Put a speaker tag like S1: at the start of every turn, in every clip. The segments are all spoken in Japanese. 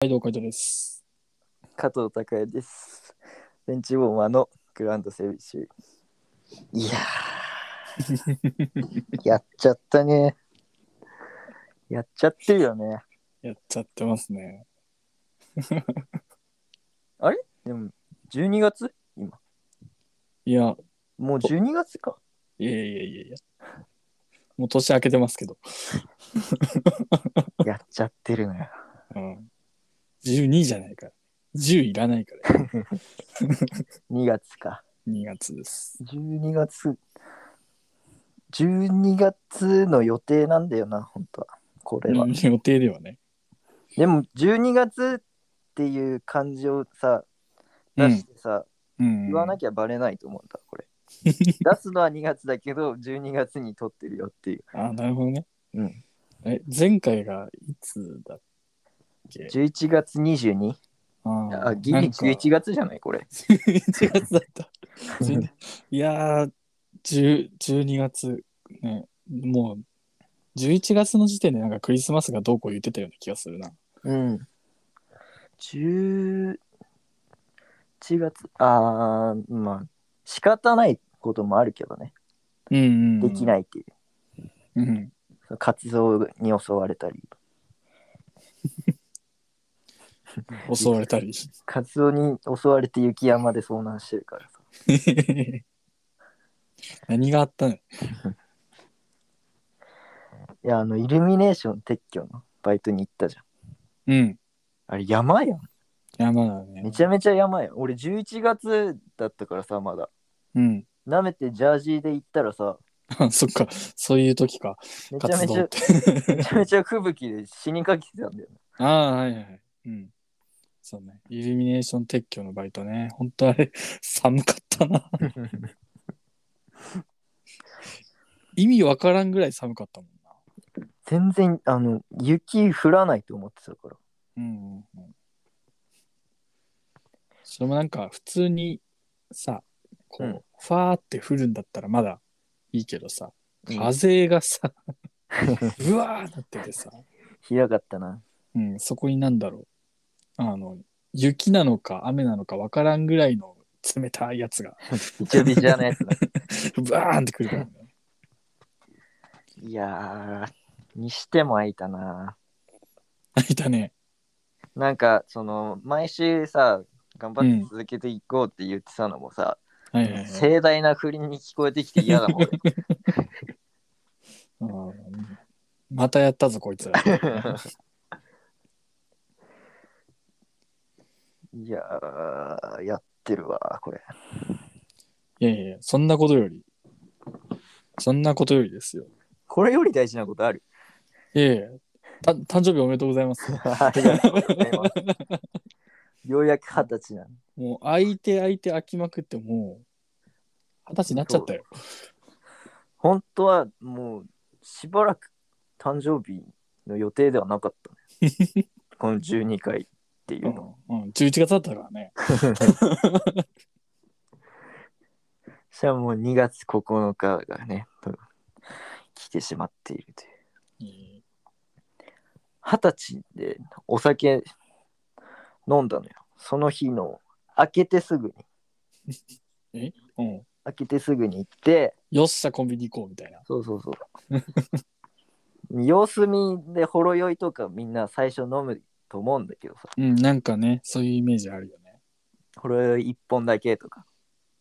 S1: はい、どうかとです。
S2: 加藤拓也です。ベンチウォーマーのグランド整備中。いや ー、やっちゃったね。やっちゃってるよね。
S1: やっちゃってますね。
S2: でも、12月
S1: いや、
S2: もう12月か。
S1: いやいやいやいや。もう年明けてますけど。
S2: やっちゃってるね。
S1: うん。12じゃないから。10いらないから。
S2: 2月か。
S1: 2月です。
S2: 12月。12月の予定なんだよな、本当は。これは。
S1: うん予定ではね。
S2: でも、12月っていう感じをさ、出してさ、
S1: うん。
S2: 言わなきゃバレないと思うんだ、 これ。出すのは2月だけど、12月に撮ってるよっていう。
S1: あ、なるほどね。
S2: うん。
S1: え、前回がいつだっけ
S2: 11月 22?
S1: あー
S2: あ、ギ
S1: な
S2: リ
S1: んか
S2: 11月じゃない、これ。
S1: 11月だった。12いやー、10 12月、ね、もう、11月の時点でなんかクリスマスがどうこう言ってたような気がするな。
S2: うん。11月、あー、まあ、仕方ないこともあるけどね。
S1: うんうん、
S2: でき
S1: い。
S2: ないっていう。
S1: うん、
S2: その活動に襲われたり、
S1: 襲われ たり。
S2: 活動に襲われて雪山で遭難してるからさ。
S1: 何があったの
S2: いや、あの、イルミネーション撤去のバイトに行ったじゃん。
S1: うん。
S2: あれ、山やん。
S1: 山だね
S2: め。ちゃめちゃやばいよ。俺11月だったからさ、まだ。
S1: うん。
S2: なめてジャージーで行ったらさ、
S1: あ そっか、そういう時か。
S2: めちゃ
S1: 活
S2: めち
S1: 動っ
S2: ゃ、
S1: て。
S2: めちゃめちゃ吹雪で死にかけてたんだよ、ね。
S1: ああ、はいはいはい。うん。そうね。イルミネーション撤去のバイトね。本当あれ、寒かったな。意味わからんぐらい寒かったもんな。
S2: 全然、あの、雪降らないと思ってたから。
S1: うんうんうん。それもなんか普通にさ、こう、
S2: うん
S1: ファーって降るんだったらまだいいけどさ、
S2: うん
S1: 風がさ、 うわーなっててさ、
S2: ひらかったな。
S1: うん、そこになんだろう。あの、雪なのか雨なのかわからんぐらいの冷たいやつが、
S2: びちゃびちゃなやつだ。
S1: バーンってくるからね。
S2: いやー、にしても開いたな。
S1: 泣いたね。
S2: なんか、その、毎週さ、頑張って続けていこうって言ってたのもさ、
S1: はいはいはい。
S2: 盛大な振りに聞こえてきて嫌だもん。俺
S1: うんまたやったぞ、こいつら。
S2: いやー、やってるわ、これ。
S1: いやいやいや、そんなことより、そんなことよりですよ。
S2: これより大事なことある。
S1: いやいや、た誕生日おめでとうござい ます。
S2: ありがとうございますようやく二十歳なの。
S1: もう、相手相手飽きまくって、もう、二十歳になっちゃったよ。
S2: 本当はもうしばらく誕生日の予定ではなかったね。 この12回っていううんの。、
S1: うん11月だったからね。
S2: そしたらもう2月9日がね、来てしまっているという。
S1: い
S2: 二十歳でお酒飲んだのよ。その日の開けてすぐに。
S1: いうん、
S2: 開けてすぐに行って、
S1: よっしゃ、コンビニ行こうみたいな。
S2: そうそうそう。様子見でほろ酔いとかみんな最初飲むと思うんだけどさ、
S1: うん、なんかね、そういうイメージあるよね。
S2: ほろ酔い1本だけとか。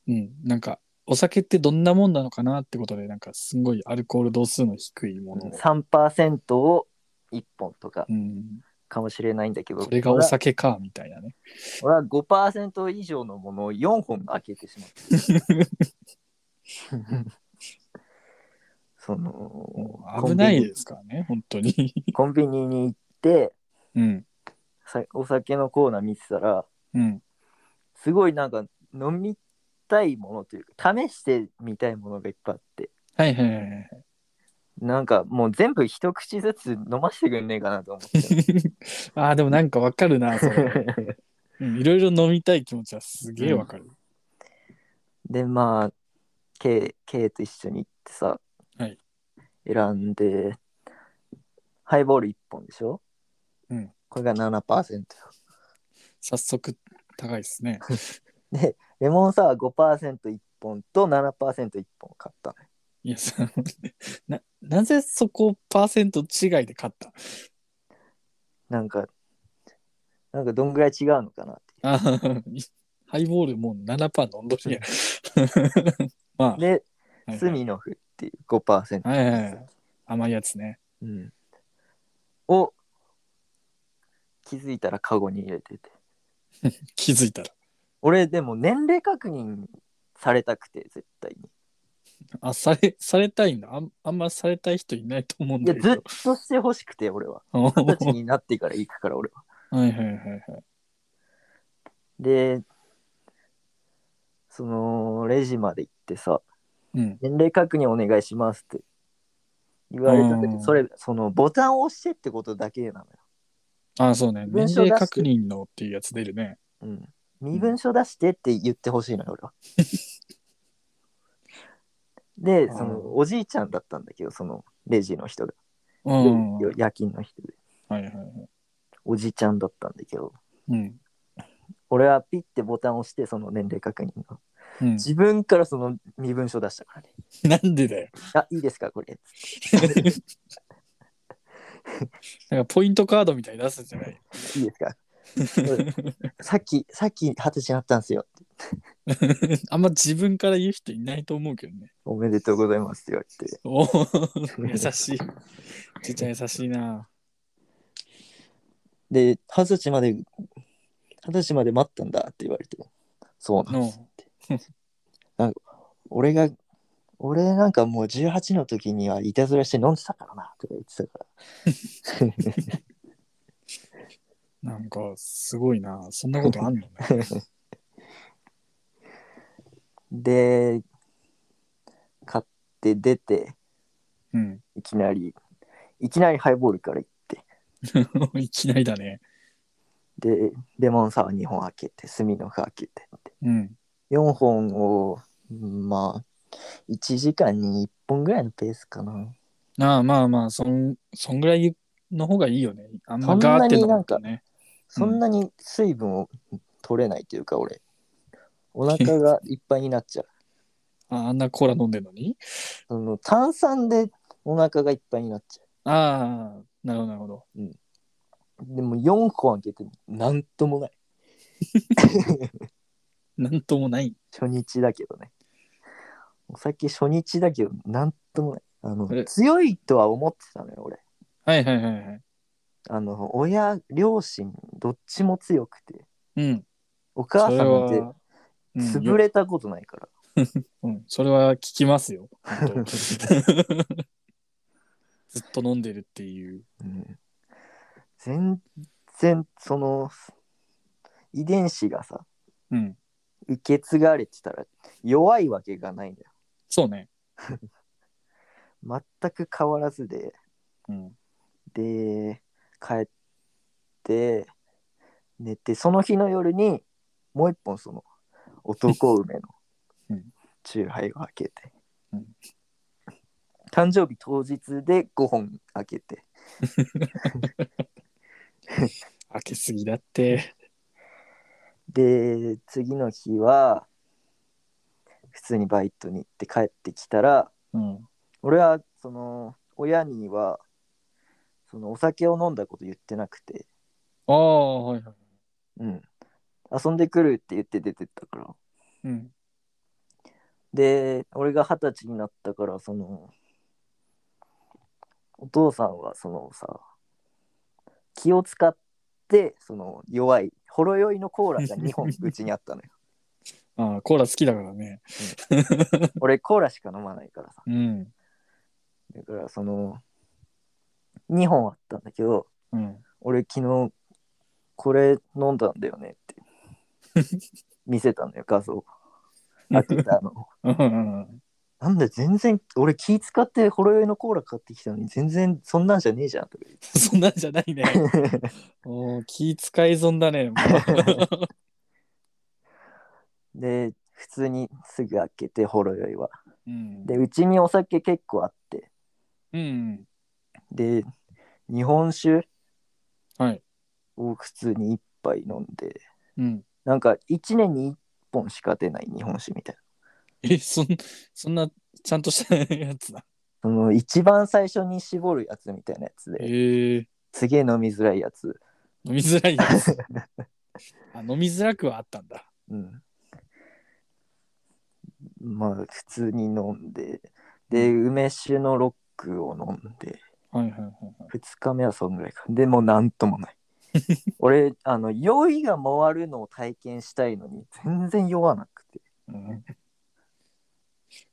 S1: うん、なんか、お酒ってどんなもんなのかなってことで、なんか、すごいアルコール度数の低いものを。
S2: 3%を1本とか
S1: うん、
S2: かもしれないんだけど、
S1: これがお酒か、みたいなね。
S2: 俺は俺は5%以上のものを4本開けてしまった。 その
S1: 危ないですからね、本当に。
S2: コンビニコンビニに行って
S1: うん、
S2: さお酒のコーナー見てたら
S1: うん、
S2: すごいなんか飲みたいものというか試してみたいものがいっぱいあって
S1: はいはいはいはい。
S2: なんかもう全部一口ずつ飲ませてくんねえかなと思 って
S1: ああ、でもなんかわかるな、それ。うんいろいろ飲みたい気持ちはすげえわかる。
S2: でまあ K, K と一緒に行ってさ、
S1: はい
S2: 選んでハイボール1本でしょ、
S1: うん
S2: これが7%よ
S1: 早速高いですね。
S2: で、レモンサワー5%1 本と7%1本買ったね。
S1: いや、その な、なぜそこパーセント違いで勝った
S2: なんか、なんかどんぐらい違うのかなって。
S1: あーハイボールもう7%飲んどるやん。 まあ、
S2: で、
S1: はい
S2: スミノフっていう5%、
S1: はいはいはい甘いやつね。
S2: うん、を気づいたらカゴに入れてて。
S1: 気づいたら。
S2: 俺でも年齢確認されたくて絶対に。
S1: あ、され、されたいんだ。あんあんまされたい人いないと思うん
S2: いや
S1: だけど。
S2: ずっとしてほしくて俺は。二十歳になってから行くから俺は。
S1: はいはいはいはい。
S2: で、そのレジまで行ってさ、
S1: うん。
S2: 年齢確認お願いしますって言われた時
S1: うん
S2: それ、そのボタンを押してってことだけなのよ。
S1: あ、そうね。
S2: 文
S1: 年
S2: 章出して
S1: 齢確認のっていうやつ出るね。
S2: うん。身分証出してって言ってほしいのよ 俺は。で、そ
S1: うん
S2: のおじいちゃんだったんだけど、そのレジの人が。
S1: うん。はい
S2: 夜勤の人で。
S1: はいはい。
S2: おじちゃんだったんだけど、
S1: うん。
S2: 俺はピッてボタンを押して、その年齢確認の。
S1: うん、
S2: 自分からその身分証出したからね。
S1: なんでだよ。
S2: あ、いいですか、これ。
S1: なんかポイントカードみたいに出すんじゃない
S2: いいですか。さっき、さっき二十歳になったんですよ。
S1: あんま自分から言う人いないと思うけどね。
S2: おめでとうございますって言われて。
S1: おー優しい。ちっちゃん優しいな。
S2: で、二十歳まで、二十歳まで待ったんだって言われて。そうなんですって。なんか、俺が、俺なんかもう18の時にはいたずらして飲んでたからなとか言ってたから。
S1: なんかすごいな。そんなことあんのね。
S2: で、買って出て、
S1: うん。
S2: いきなり、いきなりハイボールから行って、
S1: いきなりだね。
S2: で、レモンサワー2本開けて、炭のフ開けてって、
S1: うん。
S2: 4本を、まあ、1時間に1本ぐらいのペースかな。
S1: まあまあまあ、そんそんぐらいの方がいいよね。あん
S2: そ
S1: ま
S2: んな
S1: ガ
S2: に
S1: ーって飲むとね。
S2: そんなに水分を取れないというか、俺、お腹がいっぱいになっちゃう。
S1: ああんなコーラ飲んでるのに
S2: その炭酸でお腹がいっぱいになっちゃ
S1: ああ、なるほどなるほど。
S2: う。でも4本開けて、なんともない。
S1: なんともない。
S2: 初日だけどね。お酒初日だけど、なんともない。あ
S1: あ
S2: の
S1: れ
S2: 強いとは思ってたのよ、俺。
S1: はいはいはいはい。
S2: あの親両親どっちも強くて
S1: うん。
S2: お母
S1: それ
S2: さんって
S1: は、うん
S2: 潰れたことないから、
S1: うん、それは聞きます よ。本当ずっと飲んでるっていう。
S2: うん全然その遺伝子がさ
S1: うん。
S2: 受け継がれてたら弱いわけがないんだ
S1: そうね。
S2: よ全く変わらずで
S1: うん。
S2: で帰って寝てその日の夜にもう一本その男梅
S1: う
S2: の
S1: ん
S2: チューハイを開けて、
S1: うん
S2: 誕生日当日で5本開けて
S1: 開けすぎだって。
S2: で次の日は普通にバイトに行って帰ってきたら
S1: うん。
S2: 俺はその親にはそのお酒を飲んだこと言ってなくて、
S1: ああ、はいはい。
S2: うん、遊んでくるって言って出てったから
S1: うん。
S2: で俺が二十歳になったからそのお父さんはそのさ気を使ってその弱いほろ酔いのコーラが2本うちにあったのよ
S1: ああ、コーラ好きだからね。
S2: 俺コーラしか飲まないからさ
S1: うん。
S2: だからその2本あったんだけど
S1: うん。
S2: 俺昨日これ飲んだんだよねって見せたのよ画像開けたの
S1: うんうんうん
S2: なんだ全然俺気使ってほろ酔いのコーラ買ってきたのに全然そんなんじゃねえじゃんとか言って
S1: そんなんじゃないね。おー気使い損だ ね。もう
S2: で普通にすぐ開けてほろ酔いは
S1: うん。
S2: でうちにお酒結構あって
S1: うん。
S2: で日本酒
S1: はい。
S2: を普通に一杯飲んで
S1: うん。
S2: なんか1年に1本しか出ない日本酒みたいな。
S1: え、そんそんなちゃんとしたやつだ。
S2: その一番最初に絞るやつみたいなやつ
S1: え
S2: で、
S1: ー、
S2: すげえ飲みづらいやつ。
S1: 飲みづらいや つ。あ飲みづらくはあったんだ。
S2: うん。まあ普通に飲んで、で、梅酒のロックを飲んで、
S1: はいはいはいはい。
S2: 2日目はそんぐらいか。でもうなん ともない。俺、あの、酔いが回るのを体験したいのに、全然酔わなくて。
S1: うん。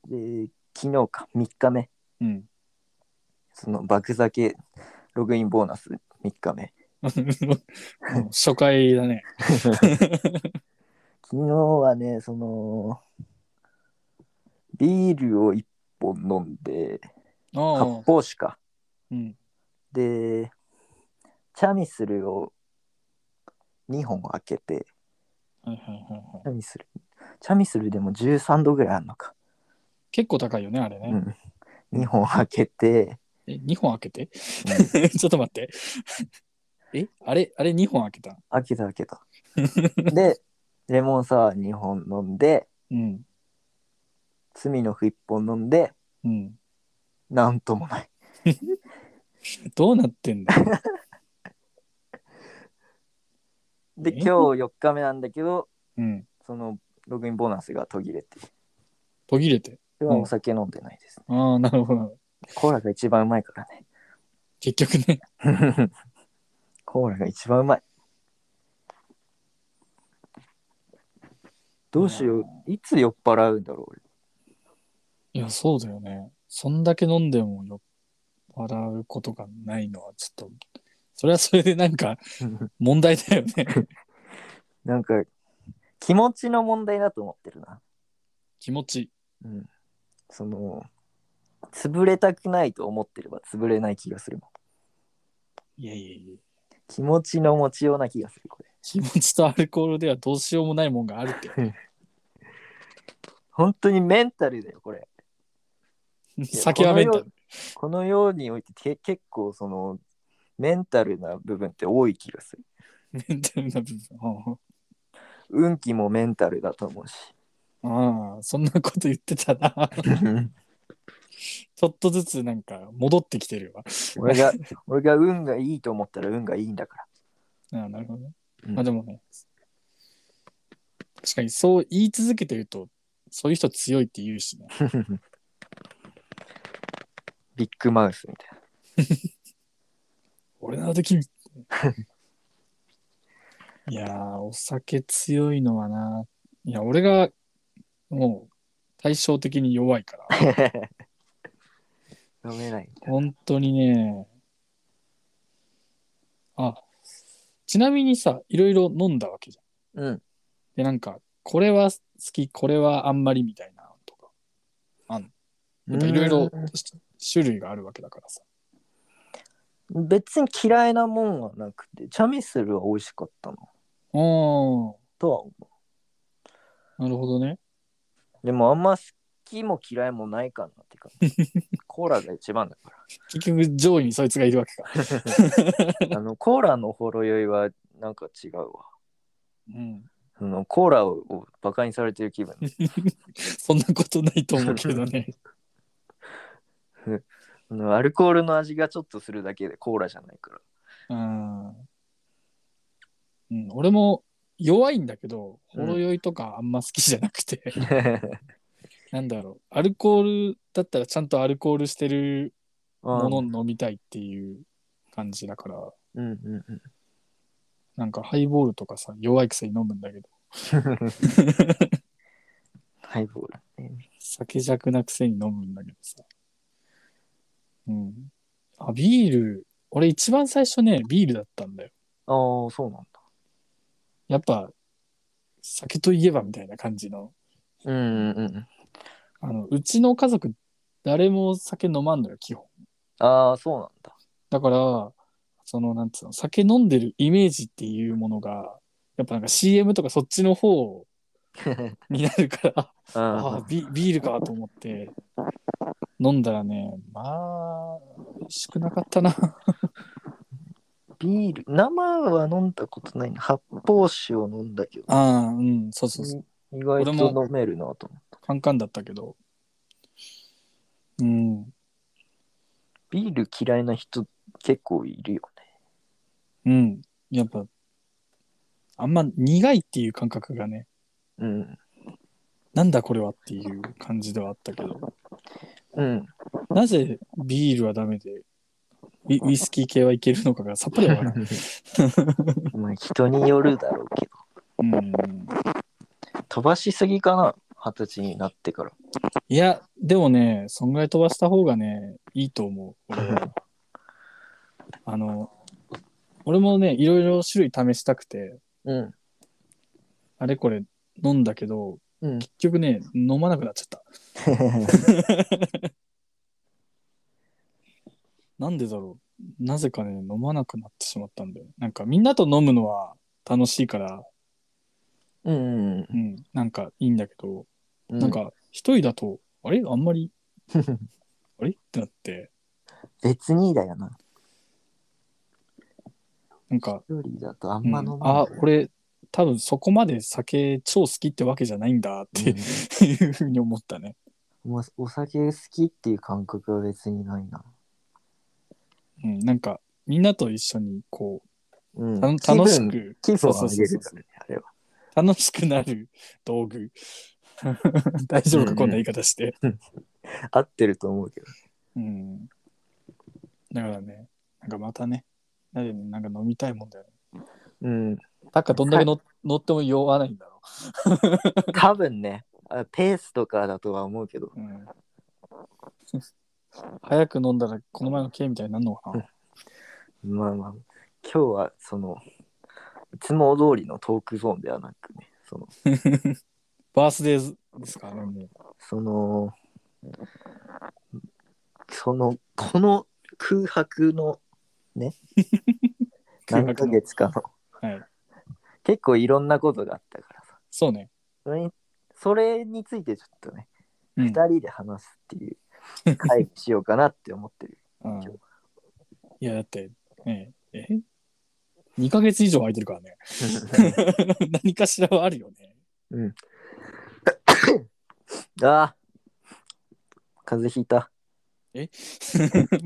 S2: で、昨日か、3日目、
S1: うん、
S2: その爆酒ログインボーナス3日目。
S1: もう初回 だね。
S2: 昨日はね、その、ビールを1本飲んで、
S1: あ
S2: 発
S1: あ。
S2: 泡酒か。
S1: うん。
S2: で、チャミスルを2本開けて、
S1: はいはいはいはい。
S2: チャミスル、チャミスルでも13度ぐらいあるのか。
S1: 結構高いよね、あれね。
S2: うん、2本開けて、
S1: え、2本開けて ちょっと待って。え、あれ、あれ2本開けた。
S2: 開けた開け た。で、レモンサワー2本飲んで、
S1: うん。
S2: 罪の符1本飲んで、
S1: うん。
S2: なんともない。
S1: どうなってんだ
S2: で、
S1: え
S2: 今日4日目なんだけど、
S1: うん。
S2: そのログインボーナスが途切れて、
S1: 途切れて。
S2: でもお酒飲んでないです。
S1: ああ、なるほど。
S2: コーラが一番うまいから
S1: 結局ね。
S2: ね。コーラが一番うまい。どうしよう、いつ酔っ払うんだろう
S1: いや、そうだよね。そんだけ飲んでも酔っ払うことがないのは、ちょっと、それはそれでなんか
S2: 俺。
S1: 問題だよね。
S2: なんか、気持ちの問題だと思ってるな。
S1: 気持ち。
S2: うん。その、潰れたくないと思ってれば潰れない気がするもん。
S1: いやいやいや。
S2: 気持ちの持ちような気がする、これ。
S1: 気持ちとアルコールではどうしようもないもんがあるって。
S2: 本当にメンタルだよ、これ。や
S1: 酒はメンタル。
S2: このようにおいてけ結構、その、メンタルな部分って多い気がする。
S1: メンタルな部分。
S2: 運気もメンタルだと 思うし。
S1: ああ、そんなこと言ってた な。ちょっとずつなんか戻ってきてるわ。
S2: 俺が、俺が運がいいと思ったら運がいいんだか
S1: ああなるほどね。
S2: うん
S1: まあでもね、確かにそう言い続けてると、そういう人強いって言うしね。
S2: ら。ビッグマウスみたいな。
S1: 俺の 時いやー、お酒強いのはな。いや、俺がもう対照的に弱いから、
S2: 飲めないみたいな。
S1: 本当にね。あ、ちなみにさ、いろいろ飲んだわけじゃん。
S2: うん。
S1: で、なんか、これは好き、これはあんまりみたいなのとか、あんやっぱいろいろし種類があるわけだからさ。
S2: 別に嫌いなもんはなくて、チャミスルは美味しかったな
S1: おー
S2: とは思
S1: なるほどね。
S2: う。でもあんま好きも嫌いもないかなって感じ。 コーラが一番だか
S1: 結局上位にそいつがいるわけか。
S2: ら。あのコーラのほろ酔いはなんか違うわ。
S1: うん。
S2: あのコーラををバカにされてる気分。
S1: そんなことないと思うけどね。
S2: あのアルコールの味がちょっとするだけでコーラじゃないか ら。
S1: うん。うん、俺も弱いんだけど、ほろ酔いとかあんま好きじゃなくて、 なんだろう、アルコールだったらちゃんとアルコールしてる
S2: うん
S1: ものを飲みたいっていう感じだから、
S2: うんうんうん。
S1: なんかハイボールとかさ、弱いくせに飲むんだけど、
S2: ハイボール。
S1: 酒弱なくせに飲むんだけどさ。うん。あ、ビール、俺一番最初ね、ビールだったんだよ。
S2: ああ、そうなんだ。
S1: やっぱ、酒といえばみたいな感じの。
S2: うんうんうん。
S1: あの、うちの家族、誰も酒飲まんのよ、基本。
S2: ああ、そうなんだ。
S1: だから、その、なんつうの、酒飲んでるイメージっていうものが、やっぱなんか CM とかそっちの 方になるから、あ
S2: あ
S1: あビ、ビールかと思って、飲んだらね、まあ、美味しくなかったな。
S2: ービール、生は飲んだことないな発泡酒を飲んだけど、
S1: ああ、うん、そうそうそう。
S2: 意外と飲めるなと思った。
S1: カンカンだったけど。うん。
S2: ビール嫌いな人結構いるよね。
S1: うん。やっぱ、あんま苦いっていう感覚がね、
S2: うん。
S1: なんだこれはっていう感じではあったけど、
S2: うん。
S1: なぜビールはダメで、ウィウイスキー系はいけるのかがさっぱりわからない。
S2: まあ人によるだろうけ
S1: うん。
S2: ど、飛ばしすぎかな、二十歳になってから。
S1: いや、でもね、そんぐらい飛ばした方がね、いいと思う。俺はあの、俺もね、いろいろ種類試したくて、
S2: うん。
S1: あれこれ飲んだけど、
S2: うん。
S1: 結局ね、飲まなくなっちゃった。なんでだろう。なぜかね、飲まなくなってしまったんだよ。なんかみんなと飲むのは楽しいから、
S2: うん。
S1: うん、なんかいいんだけど、
S2: な
S1: なん、か一人だと、あれあんまり、あれってなって、
S2: 別にだよな。
S1: なんか、
S2: 一人だとあん
S1: うん
S2: ま飲まない。
S1: あ、俺、多分そこまで酒超好きってわけじゃないんだって、いうふうに思ったね。
S2: うんもうお酒好きっていう感覚は別にないな。
S1: うん、なんかみんなと一緒にこ
S2: うん
S1: う、たの楽し
S2: 気分
S1: く、
S2: 気分を
S1: そう
S2: 上
S1: そ
S2: げ
S1: うそ
S2: る
S1: う
S2: からね、あれは。
S1: 楽しくなる道具。 大丈夫か、こんな言い方して。
S2: 合ってると思うけど。
S1: うん。だからね、なんかまたね、なんでなんか飲みたいもんだよね。
S2: うん。
S1: タッカーどんだけの乗っても酔わないんだろ
S2: 多分ね、あペースとかだとは思うけど、
S1: う。うん。早く飲んだらこの前の刑みたいになるのかな。
S2: まあまあ、今日はその、いつも通りのトークゾーンではなくね、その、
S1: バースデーですからね、もう。
S2: その、その、この空白のね、
S1: 空白の
S2: 何ヶ月かの、
S1: はい。
S2: 結構いろんなことがあったからさ、
S1: そうね。
S2: それにそれについてちょっとね、
S1: うん
S2: 二人で話すっていう会議しようかなって 思ってる。
S1: うん、いや、だって、ねえ、2ヶ月以上空いてるからね。 何かしらはあるよね。
S2: ああ風邪ひいた。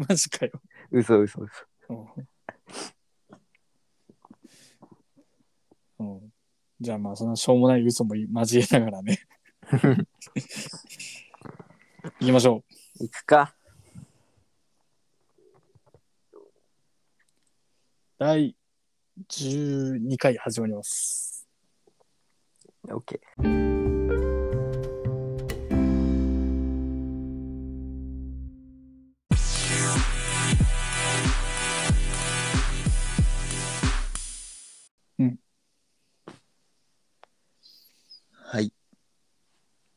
S1: マジかよ。
S2: 嘘嘘嘘。
S1: うんうん、じゃあまあそのしょうもない 嘘も交えながら ね行きましょう
S2: 行くか。
S1: 第12回始まります
S2: オッケー。
S1: うん。
S2: はい。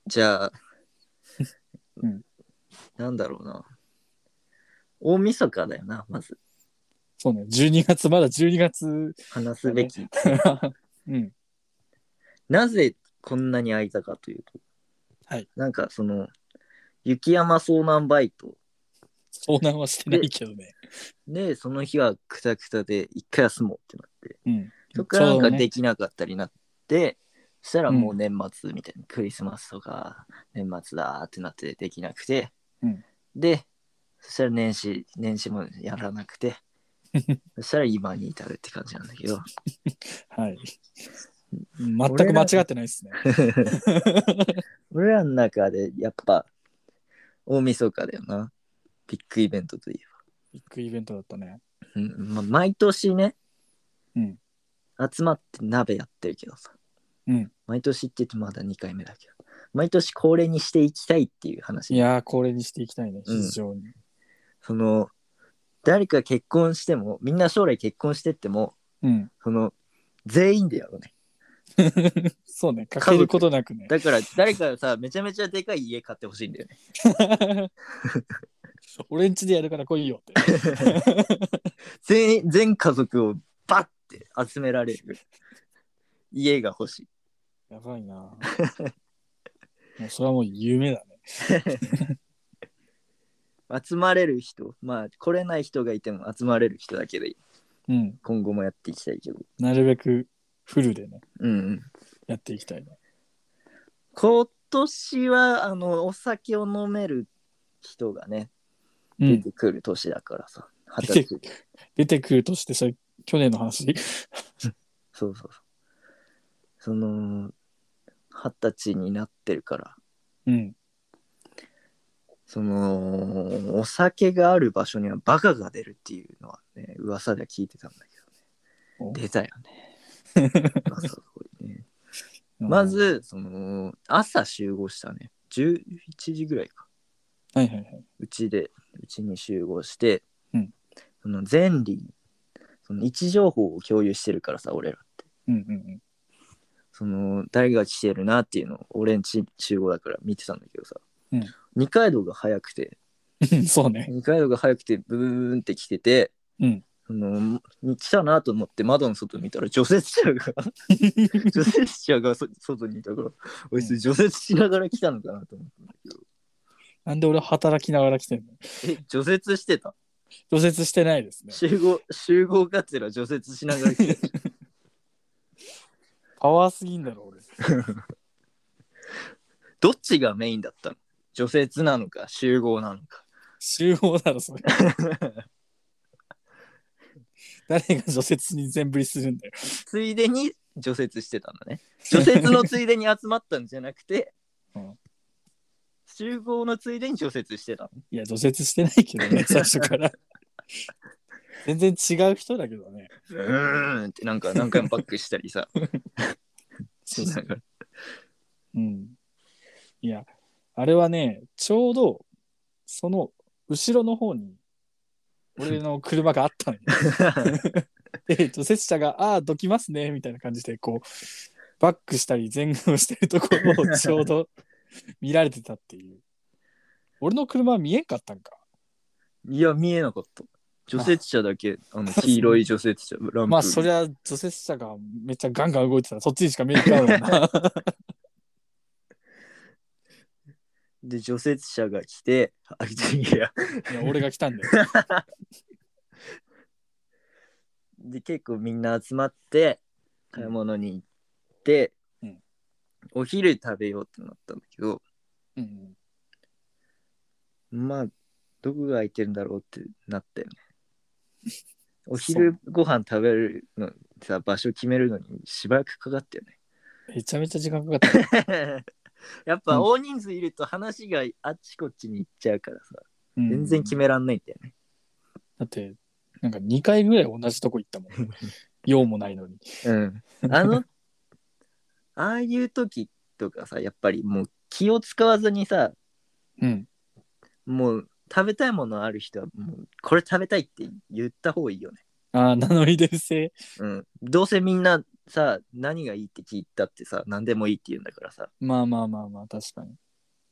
S2: じゃあ、
S1: うん
S2: なんだろうな。大晦日だよな、まず。
S1: そうね12月まだ12月
S2: 話すべき。
S1: うん
S2: なぜこんなに空いたかというと、
S1: はい、
S2: なんかその、雪山遭難バイト
S1: 遭難はしてないけどね、
S2: で、その日はくたくたで一回休もうってなって、
S1: うん、
S2: そこからなん
S1: ちょ
S2: か
S1: うどね
S2: できなかったりなって、そしたらもう年末みたいな、クリスマスとか年末だーってなってできなくて、
S1: うん
S2: で、そしたら年始、年始もやらな くて、そしたら今に至るって感じなんだけど、
S1: はい全く間違ってないですね
S2: 俺らの中でやっぱ大晦日だよな。ビッグイベントといえ
S1: ビッグイベントだったね
S2: ば。うんまあ、毎年ね、
S1: うん
S2: 集まって鍋やってるけどさ。
S1: うん
S2: 毎年って言ってまだ2回目だけど。毎年恒例にしていきたいっていう話。
S1: いやーこれにしていきたいね非常に、
S2: その、誰か結婚しても、みんな将来結婚してっても、
S1: うん、
S2: その、全員でやろうね。
S1: そうねかけることなくね
S2: だから誰かさ、めちゃめちゃでかい家買ってほしいんだよね。
S1: 俺んちでやるから来いよって。
S2: 全員全家族をバッて集められる家が欲しい
S1: やば いな。もうそれはもう夢だね。
S2: 集まれる人まあ来れない人がいても集まれる人だけでいい
S1: うん。
S2: 今後もやっていきたいけど。
S1: なるべくフルでね、
S2: うんうん。
S1: やっていきたいね。
S2: 今年は、あの、お酒を飲める人がね、
S1: う
S2: 出
S1: ん。
S2: てくる年だからさ。二
S1: 出て
S2: 十
S1: く
S2: 歳。
S1: 出てくるとして、それ、去年の話
S2: そうそうそう。その、二十歳になってるから、
S1: うん。
S2: その、お酒がある場所にはバカが出るっていうのはね、噂では聞いてたんだけど
S1: お
S2: ね。出たよね。まあそうねま、ず、その、朝集合したね。11時ぐらいか。
S1: はいはいはい。
S2: うちで、うちに集合して、
S1: うん
S2: その前輪、その位置情報を共有してるからさ、俺らって。
S1: うんうん
S2: その、誰が来てるなっていうのを、俺んち集合だから見てたんだけどさ、
S1: うん
S2: 二階堂が早くて、
S1: うん。そうね。
S2: 二階堂が早くて、ブーンって来てて、
S1: うん
S2: その来たなと思って窓の外見たら除雪 車が除雪車がそ外にいたからおいつ除雪しながら来たのかなと思ったんだけど
S1: なんで俺は働きながら来てんの
S2: え除雪してた
S1: 除雪してないですね。
S2: 集合集合かつら除雪しながら来て
S1: パワーすぎんだろ、俺。
S2: どっちがメインだったの除雪なのか集合なのか
S1: 集合だろ、それ。 誰が除雪に全振りするんだよ。
S2: ついでに除雪してたんだね 除雪のついでに集まったんじゃなくて、
S1: うん
S2: 集合のついでに除雪してたの
S1: いや、除雪してないけどね、最初から。 全然違う人だけどね。
S2: うーんってなん か何回もバックしたりさしながら
S1: うん。いや、あれはね、ちょうど、その、後ろの方に、俺の車があったのよ。で、除雪車が、ああー、どきますね、みたいな感じで、こう、バックしたり、前後してるところをちょうど見られてたっていう。俺の車は見えんかったんか。
S2: いや見えなかった除雪車だけあの黄色い除雪車ランプ
S1: まあ、そりゃ、除雪車がめっちゃガンガン動いてたら、そっちにしか見えんかもな。
S2: で除雪車が来てあいや
S1: いや俺が来たんだよ。
S2: で結構みんな集まって買い物に行って、
S1: うん
S2: お昼食べようってなったんだけど
S1: うん、
S2: まあどこが空いてるんだろうってなったよね お昼ご飯食べるのさ場所決めるのにしばらくかかったよ
S1: めちゃめちゃ時間かかった。
S2: ね やっ
S1: う
S2: ぱ
S1: ん
S2: 大人数いると話があっちこっちに行っちゃうからさ
S1: うん
S2: 全然決めらんないんだよね、
S1: だって、なんか2回ぐらい同じとこ行ったもん。用もないのに。
S2: うん、あのああいう時とかさやっぱりもう気を使わずにさ
S1: うん。
S2: もう食べたいものある人はもうこれ食べたいって言った方がいいよね。
S1: ああ、名乗り出せ。
S2: うん。どうせみんなさ何がいいって聞いたってさ何でもいいって言うんだからさ。
S1: まあまあまあまあ、確かに。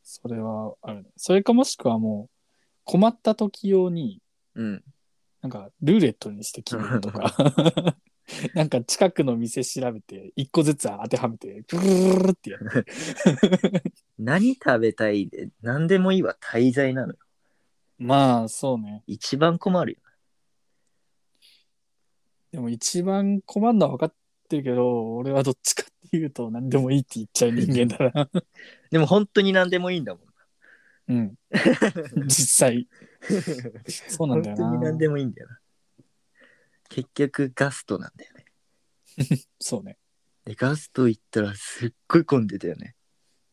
S1: それはあるね。それかもしくはもう、困った時用に、
S2: うん。
S1: なんかルーレットにして決めると か。 なんか近くの店調べて、1個ずつ当てはめて、ブルルルルってやる。
S2: 何食べたいで何でもいいは滞在なのよ。
S1: まあ、そうね。
S2: 一番困るよ。
S1: でも一番困るのは分かってるけど、俺はどっちかっていうと、何でもいいって言っちゃう人間だ な。
S2: でも本当に何でもいいんだもん。
S1: うん。実際。そうなん
S2: 本
S1: だよ
S2: 当に
S1: な
S2: 何。でもいいんだよな。結局ガストなんだよね。
S1: そうね。
S2: でガスト行ったらすっごい混んでたよね。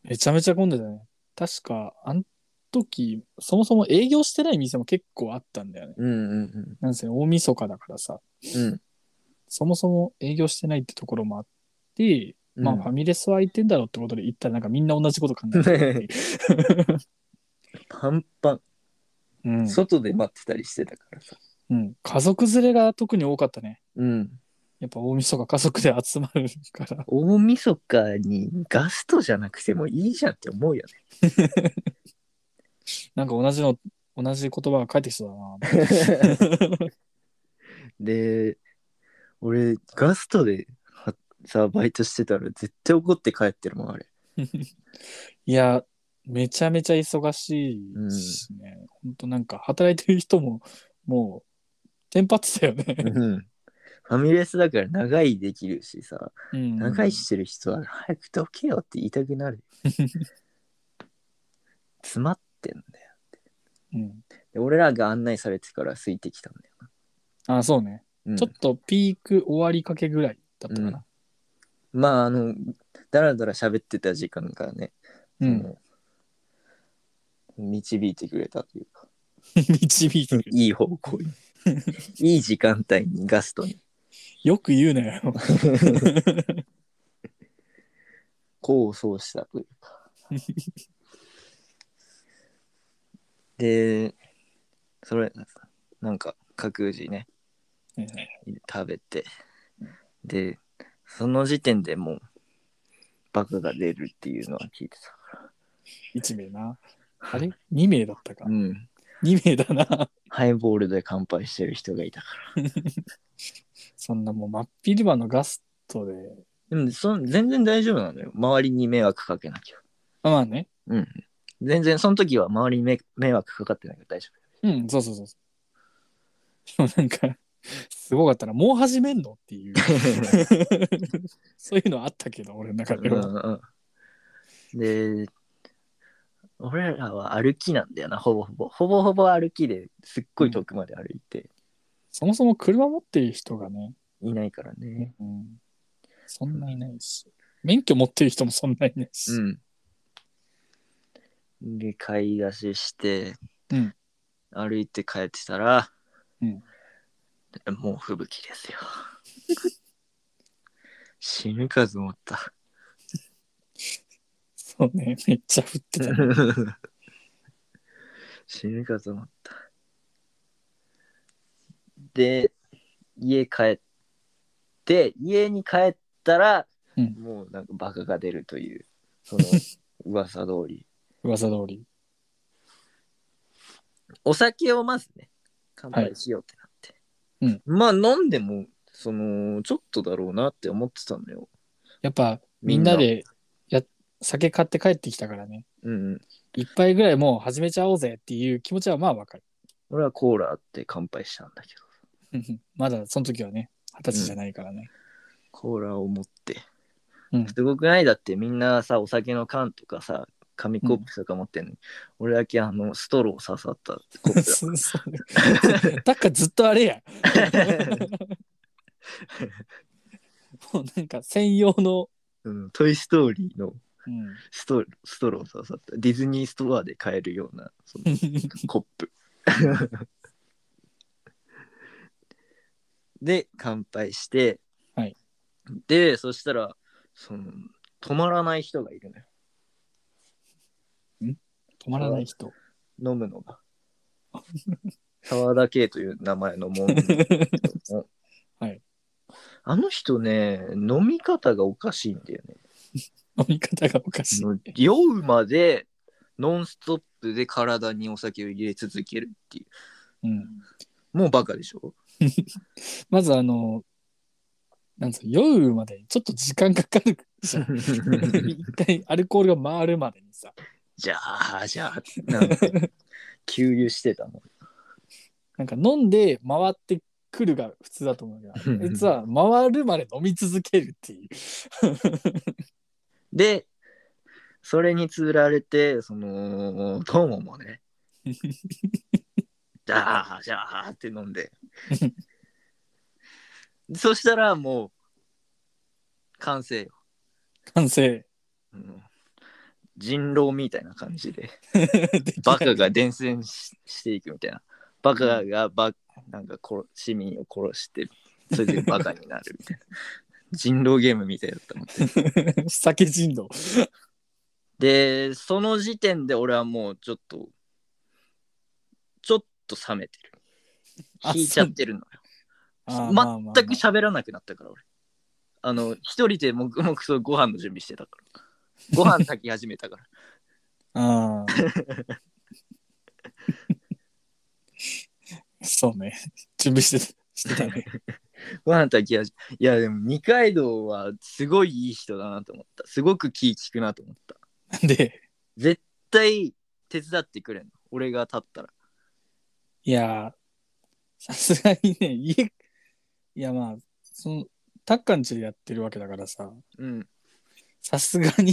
S1: めちゃめちゃ混んでたね。確か、あの時、そもそも営業してない店も結構あったんだよね。
S2: うんうんうん。
S1: なんせ大晦日だからさ、
S2: うん
S1: そもそも営業してないってところもあって、
S2: うん。
S1: まあファミレスは空いてんだろうってことで行ったらなんかみんな同じこと考えてるっていう
S2: パンパン、
S1: うん、
S2: 外で待ってたりしてたからさ。
S1: うん。家族連れが特に多かったね。
S2: うん。
S1: やっぱ大晦日家族で集まるから。
S2: 大晦日にガストじゃなくてもいいじゃんって思うよ
S1: なんか同じの、同じ言葉が返ってきそう だな。
S2: ね。で、俺、ガストではさ、バイトしてたら絶対怒って帰ってるもん、あれ。
S1: いや、めちゃめちゃ忙しいしね。ほんとなんか働いてる人も、もう、テンパってたよね。
S2: うん。ファミレスだから長いできるしさ、
S1: うん
S2: 長いしてる人は早くどけよって言いた くなる。詰まってんだよ。
S1: うん、
S2: で俺らが案内されてから空いてきたんだよな。
S1: あそうね、
S2: うん
S1: ちょっとピーク終わりかけぐらいだったかな。
S2: まああのだらだら喋ってた時間がね、
S1: うん。
S2: その導いてくれたというか
S1: 導いてる。
S2: いい方向に いい時間帯にガストに
S1: よく言うなよ。
S2: 功を奏したというかでそれなんか各自ね食べてでその時点でもうバカが出るっていうのは聞いてたか、
S1: 1名な。あれ ?2 名だったから
S2: うん、
S1: ?2 名だな。
S2: ハイボールで乾杯してる人がいたから。
S1: そんなもう真っ昼間のガストで。
S2: でもそん全然大丈夫なのよ。周りに迷惑かけなきゃ。
S1: あまあね。
S2: うん。全然その時は周りにめ迷惑かかってないから大丈
S1: うん、そうそうそうそう。でもなんか、すごかったな。もう始めんのって いう。そういうのあったけど、俺の中
S2: 夫。
S1: では。
S2: うんうん、で、俺らは歩きなんだよな、ほぼほぼ。ほぼほぼ歩きですっごい遠くまで歩いて
S1: そもそも車持ってる人がね、
S2: いないからね。
S1: うん、そんないないし。免許持ってる人もそんないないし。
S2: うん。で、買い出しして、
S1: うん
S2: 歩いて帰ってたら、
S1: うん
S2: もう吹雪ですよ。 死ぬかと思った。
S1: そうね、めっちゃ降ってた。
S2: 死ぬかと思った。で、家帰って、家に帰ったら、
S1: うん
S2: もうなんかバカが出るという、その噂通 り。
S1: 噂通り。
S2: お酒をまずね、乾杯しようってなって。まあ飲んでも、その、ちょっとだろうなって思ってたのよ。
S1: やっぱ、みんなでや酒買って帰ってきたからね。
S2: うんうん。
S1: 一杯ぐらいもう始めちゃおうぜっていう気持ちはまあわかる。
S2: 俺はコーラって乾杯したんだけど、
S1: うんまだその時はね、二十歳じゃないからね。
S2: コーラを持っ
S1: う
S2: て。
S1: ん
S2: すごくないだってみんなさ、お酒の缶とかさ、紙コップとか持ってんのに、俺だけあの、ストロー刺さったコップだ
S1: そう そうタッカずっとあれや。もうなんか専用の、
S2: うん、トイ・ストーリーの
S1: うん、
S2: ストストロー刺さった。ディズニーストアで買えるような、その、コップ。 で、乾杯して、
S1: はい
S2: で、そしたら、その、止まらない人がいるのよ。
S1: 止まらない人。
S2: 飲むのが。沢田圭という名前のもん。
S1: はい。
S2: あの人ね、飲み方がおかしいん だよね。
S1: 飲み方がおかしい。
S2: 酔うまでノンストップで体にお酒を入れ続けるってい
S1: うん、
S2: う。もうバカでし ょ
S1: まずあの、なんつうの酔うまでちょっと時間かかるじゃん。一回アルコールが回るまでにさ。
S2: じゃあ、じゃあ、なんて給油してたの。
S1: なんか飲んで回ってくるが普通だと思うけど、
S2: うんうん
S1: 実は回るまで飲み続けるっていう。
S2: で、それにつられて、その、友もね、じゃあ、じゃあって飲んで。そしたらもう、完成よ。
S1: 完成。
S2: うん人狼みたいな感じで、
S1: できない
S2: バカが伝染ししていくみたいな。バカがバなんか殺市民を殺して、それでバカになるみたいな。人狼ゲームみたいだったもん。
S1: 酒人道。
S2: で、その時点で俺はもうちょっと、ちょっと冷めてる。
S1: あ
S2: 引いちゃってるのよ。
S1: あーまあまあまあ
S2: 全く喋らなくなったから俺。あの、一人で 黙々とご飯の準備してたから。ご飯炊き始めたから。
S1: あーそうね。準備してたしてたね。
S2: ご飯炊き始め。いや、でも二階堂はすごいいい人だなと思った。すごく気利くなと思った。
S1: で、
S2: 絶対手伝ってくれんの。俺が立ったら。
S1: いやー、さすがにね、家、いやまあ、そのタッカンチでやってるわけだからさ
S2: うん。
S1: さすがに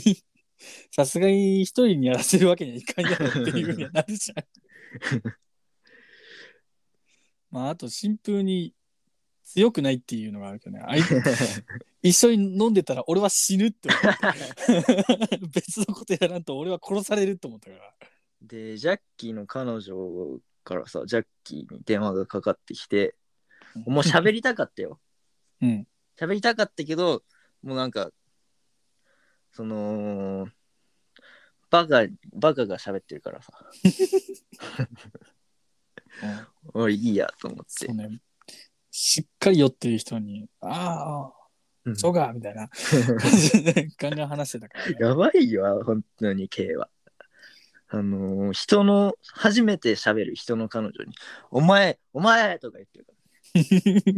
S1: さすがに一人にやらせるわけにはいかんやろっていうふうにはなるじゃん。まああと新風に強くないっていうのがあるけどねあい一緒に飲んでたら俺は死ぬって思った別のことやらんと俺は殺されると思ったから。
S2: で、ジャッキーの彼女からさ、ジャッキーに電話がかかってきて、もう喋りたかったよ。
S1: うん。
S2: 喋りたかったけど、もうなんか、その、バカ、バカが喋ってるからさ、俺いいやと思っ
S1: そ
S2: て
S1: う。ねしっかり酔ってる人に「ああ
S2: うん
S1: そうか」みたいな感じでガンガン話してたから、 ね。
S2: やばいよ、本当に K は。あのー人の、初めて喋る人の彼女に、お前、お前とか言ってるか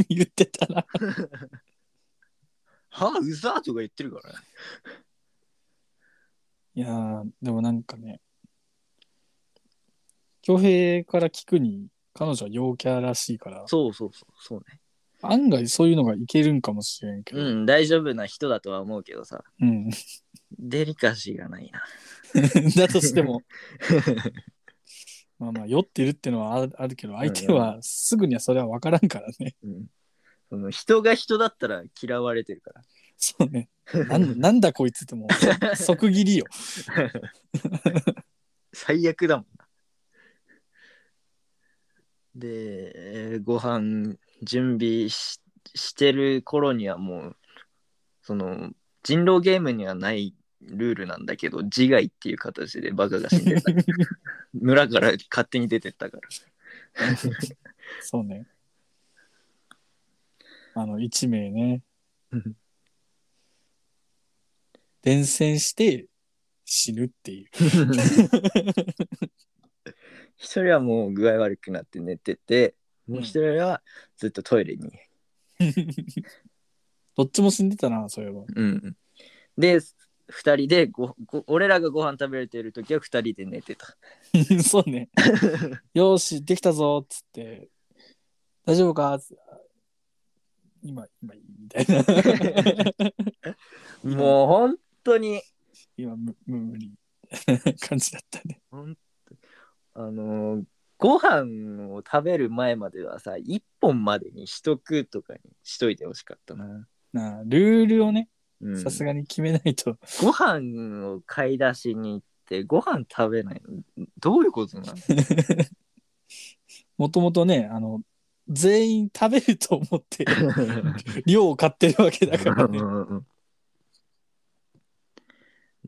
S1: 言ってたら
S2: ら、はあ、うざーとか言ってるからね。
S1: いやーでもなんかね恭平から聞くに彼女は陽キャらしいから
S2: そうそうそう、そうね。
S1: 案外そういうのがいけるんかもしれんけど、
S2: うん、大丈夫な人だとは思うけどさ、
S1: うん
S2: デリカシーがないな。
S1: だとしてもまあまあ酔ってるってのはあるあるけど相手はすぐにはそれは分からんからね
S2: うん、その人が人だったら嫌われてるから。
S1: そうねなん なんだこいつってもう即切りよ
S2: 最悪だもんな。で、えーご飯準備ししてる頃にはもう、その、人狼ゲームにはないルールなんだけど、自害っていう形でバカが死んでた。村から勝手に出てったから。
S1: そうね。あの、1名ね
S2: うん。
S1: 伝染して死ぬっていう。
S2: 一人はもう具合悪くなって寝てて、もう一人はずっとトイレに
S1: どっちも死んでたな、そういえば。
S2: うん、で2人でごご俺らがご飯食べれてる時は2人で寝てた
S1: そうね。よーし、できたぞっつって、大丈夫かっつって今、今いいみたいな。
S2: もう本当に
S1: 今、む無理。 感じだったね。
S2: あのーご飯を食べる前まではさ1本までにしとくとかにしといてほしかったな、
S1: なあルールをね、
S2: うん
S1: さすがに決めないと、
S2: ご飯を買い出しに行ってご飯食べないのどういうことなの
S1: もともとね、あの、全員食べると思 って、量を買ってるわ けだからね
S2: う。んうんうん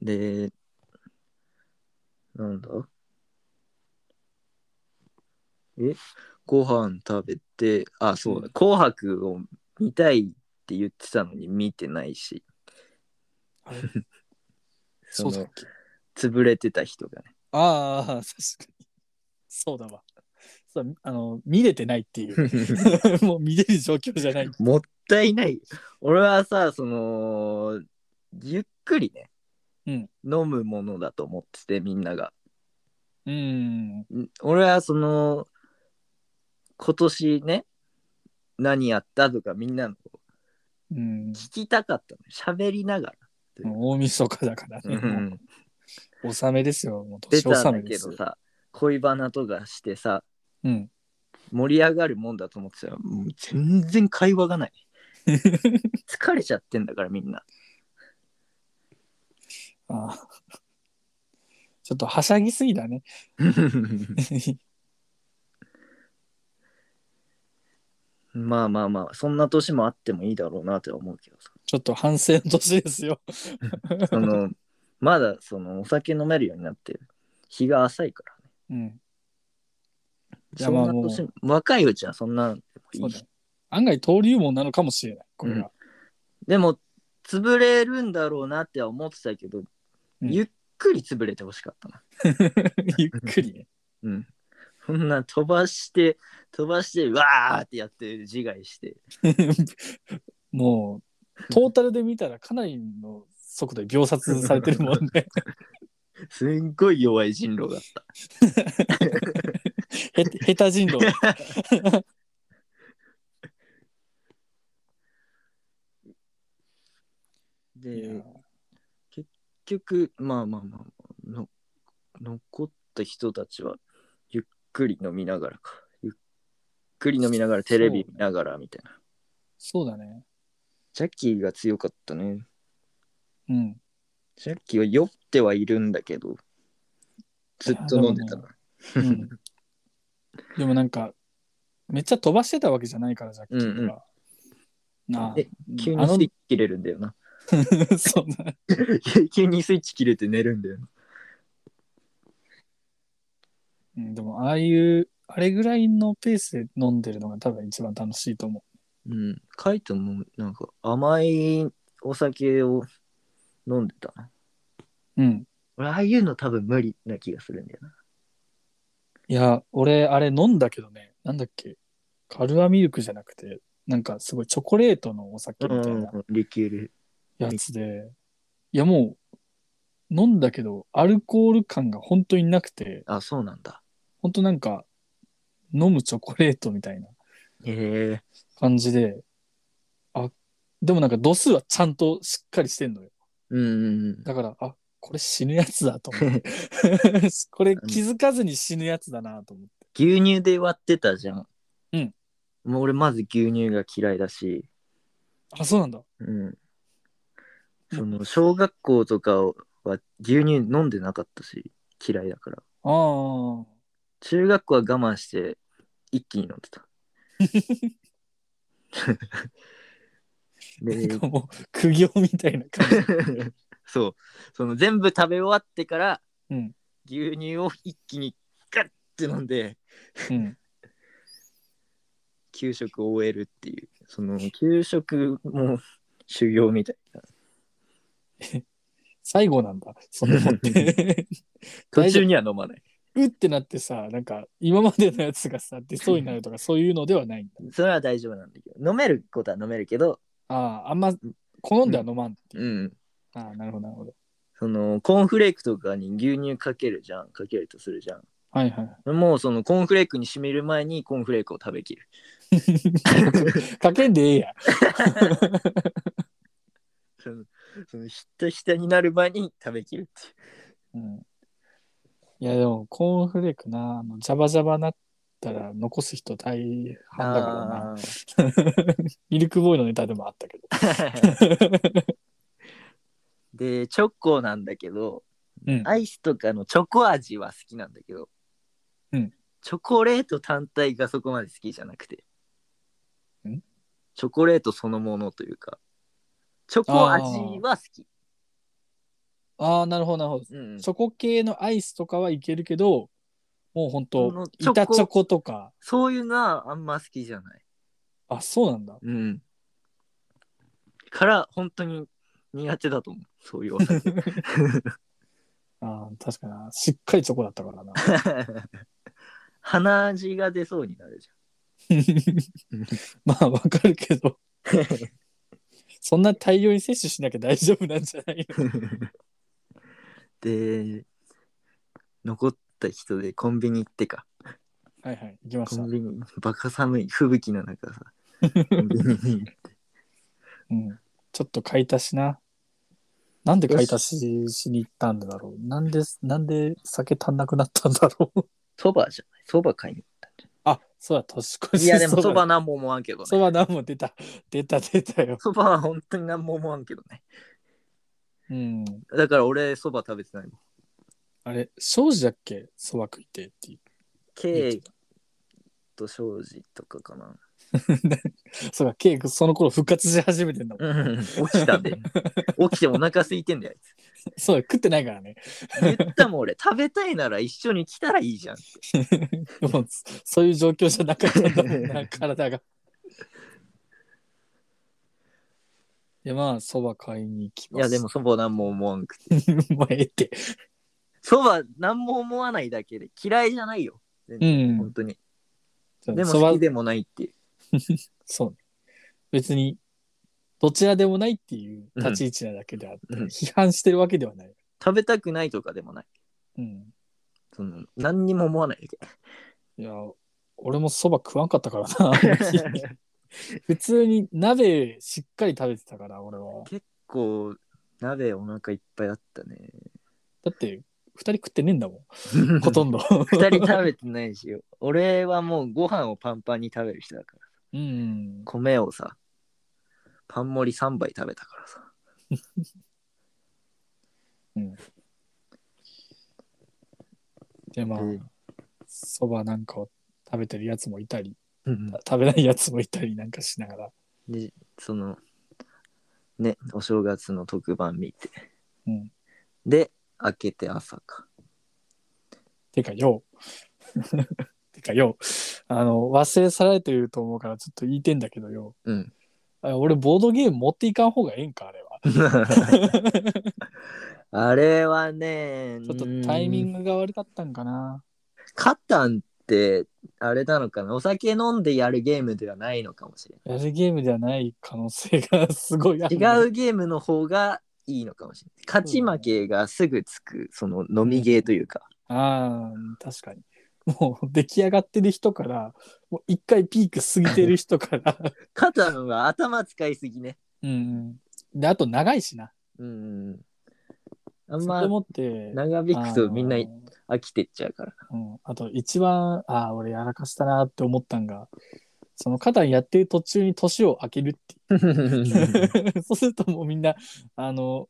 S2: で、なんだえご飯食べて、あ、そうだ、
S1: うん
S2: 紅白を見たいって言ってたのに見てないし、
S1: あれ そ
S2: そ
S1: う
S2: の
S1: だっけ
S2: 潰れてた人がね。
S1: ああ、確かに。そうだわ。そうあの見れてないっていう。 もう見れる状況じゃない。
S2: もったいない。俺はさ、その、ゆっくりね、
S1: うん
S2: 飲むものだと思ってて、みんなが。
S1: うん。
S2: ん俺はその今年ね何やったとかみんなの
S1: うん。
S2: 聞きたかったの喋りながら、
S1: 大晦日だからね。もう納めですよ。もう
S2: 出
S1: 年
S2: た
S1: 納
S2: んだ
S1: めで
S2: け
S1: す
S2: ど
S1: よ。
S2: さ恋バナとかしてさ
S1: うん。
S2: 盛り上がるもんだと思ってたらもう全然会話がない 疲れちゃってんだからみん な
S1: ああ。ちょっとはしゃぎすぎだね。
S2: まあまあまあそんな年もあってもいいだろうなって思うけどさ
S1: ちょっと反省の年ですよ。
S2: そのまだそのお酒飲めるようになって日が浅いから
S1: うん。いや
S2: そ
S1: ま
S2: ん
S1: あ
S2: な
S1: もう
S2: 年若いうちはそんなので
S1: そ
S2: も
S1: う
S2: いい
S1: だよ案外登竜門なのかもしれない。これが。
S2: でも潰れるんだろうなっては思ってたけど、
S1: うん
S2: ゆっくり潰れてほしかったな
S1: ゆっくりね。
S2: うんそんな飛ばして飛ばしてうわーってやって自害して
S1: もう、トータルで見たらかなりの速度で秒殺されてるもん ね。
S2: すんごい弱い人狼だった
S1: へ、下手人狼。いや
S2: で結局まあまあまあまあの残った人たちはゆっくり飲みながらかゆっくり飲みながらテレビ見ながらみたいな、
S1: そうだね。
S2: ジャッキーが強かったね
S1: うん。
S2: ジャッキーは酔ってはいるんだけどずっと飲んでたな
S1: うん、でもなんか、めっちゃ飛ばしてたわけじゃないから、ジャッキーが。なあ
S2: え、急に
S1: あ
S2: ス
S1: の
S2: イッチ切れるんだよな
S1: そうだ
S2: 急にスイッチ切れて寝るんだよな
S1: うんでも、ああいう、あれぐらいのペースで飲んでるのが多分一番楽しいと思
S2: うんカイトもなんか甘いお酒を飲んでたな
S1: う。うん。
S2: 俺ああいうの多分無理な気がするんだよない
S1: や、俺、あれ飲んだけどね、なんだっけ、カルアミルクじゃなくて、なんかすごいチョコレートのお酒みたいな
S2: リキュール。
S1: やつで、いや、もう、飲んだけど、アルコール感が本当になくて、
S2: あ、そうなんだ。
S1: 本当なんか、飲むチョコレートみたいな。
S2: へえ。
S1: 感じで、あ、でもなんか度数はちゃんとしっかりしてんのよ。
S2: うんうん
S1: だから、あ、これ死ぬやつだと思 って。これ気づかずに死ぬやつだなと思って。
S2: 牛乳で割ってたじゃん。
S1: うん。
S2: もう俺まず牛乳が嫌いだし、
S1: あ、そうなんだ。
S2: うん。その小学校とかは牛乳飲んでなかったし、嫌いだから。
S1: ああ。
S2: 中学校は我慢して一気に飲ん でた。
S1: なん
S2: で
S1: かもう苦行みたいな感じ。
S2: そう。その全部食べ終わってから、
S1: うん
S2: 牛乳を一気にガッて飲んで、
S1: うん。
S2: 給食を終えるっていう。その給食も修行みたいな。
S1: 最後なんだ。そんなもん って。
S2: 途中には飲まない。
S1: うってなってさ、なんか今までのやつがさ、出そうになるとかそういうのではないんだ。
S2: それは大丈夫なんだけど。飲めることは飲めるけど、
S1: ああ、あんま好んでは飲まんっていう。
S2: うん。
S1: ああ、なるほど、なるほど。
S2: そのコーンフレークとかに牛乳かけるじゃん。かけるとするじゃん。
S1: はいはい。
S2: もうそのコーンフレークに染みる前にコーンフレークを食べきる。
S1: かけんでええや。
S2: そのそのひたひたになる前に食べきるっていう。
S1: うんいやでもコーンフレークなあのジャバジャバなったら残す人大半だからな
S2: あー
S1: ミルクボーイのネタでもあった けど
S2: でチョコなんだけど、
S1: うん
S2: アイスとかのチョコ味は好きなんだけど、
S1: うん
S2: チョコレート単体がそこまで好きじゃなくて
S1: ん
S2: チョコレートそのものというかチョコ味は好き、
S1: ああなるほどなるほど
S2: うん、
S1: チョコ系のアイスとかはいけるけどもうほん
S2: そ
S1: と
S2: のチョコ
S1: 板チョコとか
S2: そういうのはあんま好きじゃない、
S1: あそうなんだ
S2: うん、から本当に苦手だと思うそういうお 酒
S1: あー確かにしっかりチョコだった からな
S2: 鼻味が出そうになるじ
S1: まあわかるけどそんな大量に摂取しなきゃ大丈夫なんじゃないの
S2: ゃん で残った人でコンビニ行ってか
S1: はいはい行きまし
S2: コ
S1: た
S2: ン、ビニバカ寒い吹雪の中 さコンビニに
S1: うん、ちょっと買い足しな。なんで買い足ししに行ったんだろうなんで、なんで酒足んなくなったんだろう
S2: そばじゃないそば買いに行っ
S1: あ、 そうや、年
S2: た
S1: 越し
S2: いやで もそ
S1: そ
S2: ば
S1: ば。
S2: なんも思わんけどね
S1: そば何も出た。出た、出たよ。
S2: そばは本当になんも思わんけどね
S1: うん。
S2: だから俺そば食べてないもん
S1: あれ、庄司だっけそば食いてえっていう。
S2: ケイと庄司とかかな
S1: そうか、ケイクその頃復活し始めてんだもん。
S2: うん起きたで起きてお腹空いてんだよあいつ
S1: そうだ、食ってないからね。
S2: 言ったもん俺食べたいなら一緒に来たらいいじゃん
S1: でもそういう状況じゃなかったんだもん な、体が。で、まあ、そば買いに行き
S2: い
S1: ます。
S2: やでも、そばなんも思わんくて
S1: もうええって。
S2: そばなんも思わないだけで嫌いじゃないよ全
S1: う
S2: 然本
S1: ん。
S2: 当に
S1: で
S2: でも
S1: もそば
S2: 好きでもないっていう
S1: そうね。別に、どちらでもないっていう立ち位置なだけであって、
S2: うん
S1: 批判してるわけではない。
S2: 食べたくないとかでもない
S1: うん。
S2: その何にも思わないだけ
S1: いや、俺もそば食わんかったからな。 普通に鍋しっかり食べてたから、俺は。
S2: こう鍋お腹いっぱいあったね。
S1: だって、二人食ってねえんだもん。ほと んど。
S2: 二人食べてないし、俺はもうご飯をパンパンに食べる人だから。
S1: うん。
S2: 米をさ、パン盛り3杯食べたからさ。
S1: で、まあ
S3: う、ん
S1: そばなんかを食べてるやつもいたり、
S2: うん
S1: 食べないやつもいたりなんかしながら。
S2: で、その、ね、お正月の特番見て。
S1: うん。
S2: で、明けて朝か。
S1: てか、よう。 てか、よう。あの、忘れ去られてると思うから、ちょっと言いてんだけどよ。
S2: うん。
S1: あ俺、ボードゲーム持っていかん方がええんか、あれは。
S2: あれはね、
S1: ちょっとタイミ
S2: グ。
S1: ングが悪かったんかな。
S2: カタンって、あれなのかなお酒飲んでやるゲームではないのかもしれ
S1: やるゲームではない可能性がすごいある。
S2: ない。違うゲームの方がいいのかもしれない。勝ち負けがすぐつく、その飲みゲーというか。
S1: ああ、確かに。もう出来上がってる人から、もう一回ピーク過ぎてる人 から。
S2: カタンは頭使いすぎね。
S1: うんうん。で、あと長いしな。
S2: うん。あん
S1: そ
S2: ま
S1: れもって。
S2: 長引くとみんな
S1: あの
S2: 飽きてっちゃうから。
S1: うん、あと一番、ああ、俺やらかしたなって思ったんが、その肩にやってる途中に年を明けるっていう。 そうするともうみんな、あの、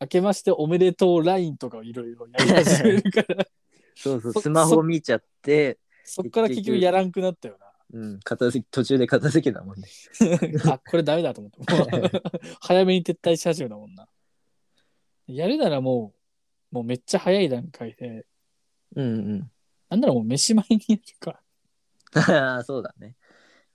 S1: 明けましておめでとうラインとかをいろいろやり始めるから、
S2: そうそう、
S1: そ
S2: スマホ見ちゃって、
S1: そっから結局やらんくなったよ
S2: うん、片付け途中で片付けたもんね。
S1: な。あ、これダメだと思って。 もう早めに撤退し始めたもんな。やるならもう、もうめっちゃ早い段階で、
S2: うん
S1: なんならもう飯前にやるか。
S2: うん。ああ、そうだね。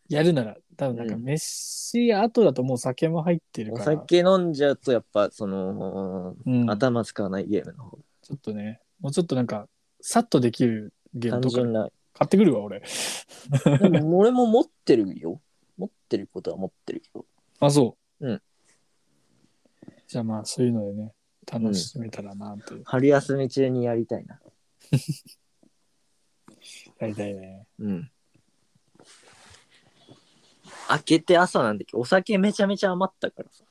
S1: やるなら、多分なんか
S2: うん
S1: 飯後だともう酒も入ってる
S2: お
S1: から。
S2: 酒飲んじゃうと、やっぱ、その、
S1: うん、
S2: 頭使わないゲームの方。
S1: ちょっとね、もうちょっとなんか、さっとできるゲーム
S2: 単
S1: とか
S2: 純な。
S1: 買ってくるわ、俺。
S3: でも俺も持ってるよ。持ってることは持ってるけど。
S1: あ、そう。
S2: うん。
S1: じゃあまあ、そういうのでね、楽しめたらなと、
S2: 春休み中にやりたいな。
S1: やりたいね。
S2: うん。明けて朝なんだけど、お酒めちゃめちゃ余ったから さ。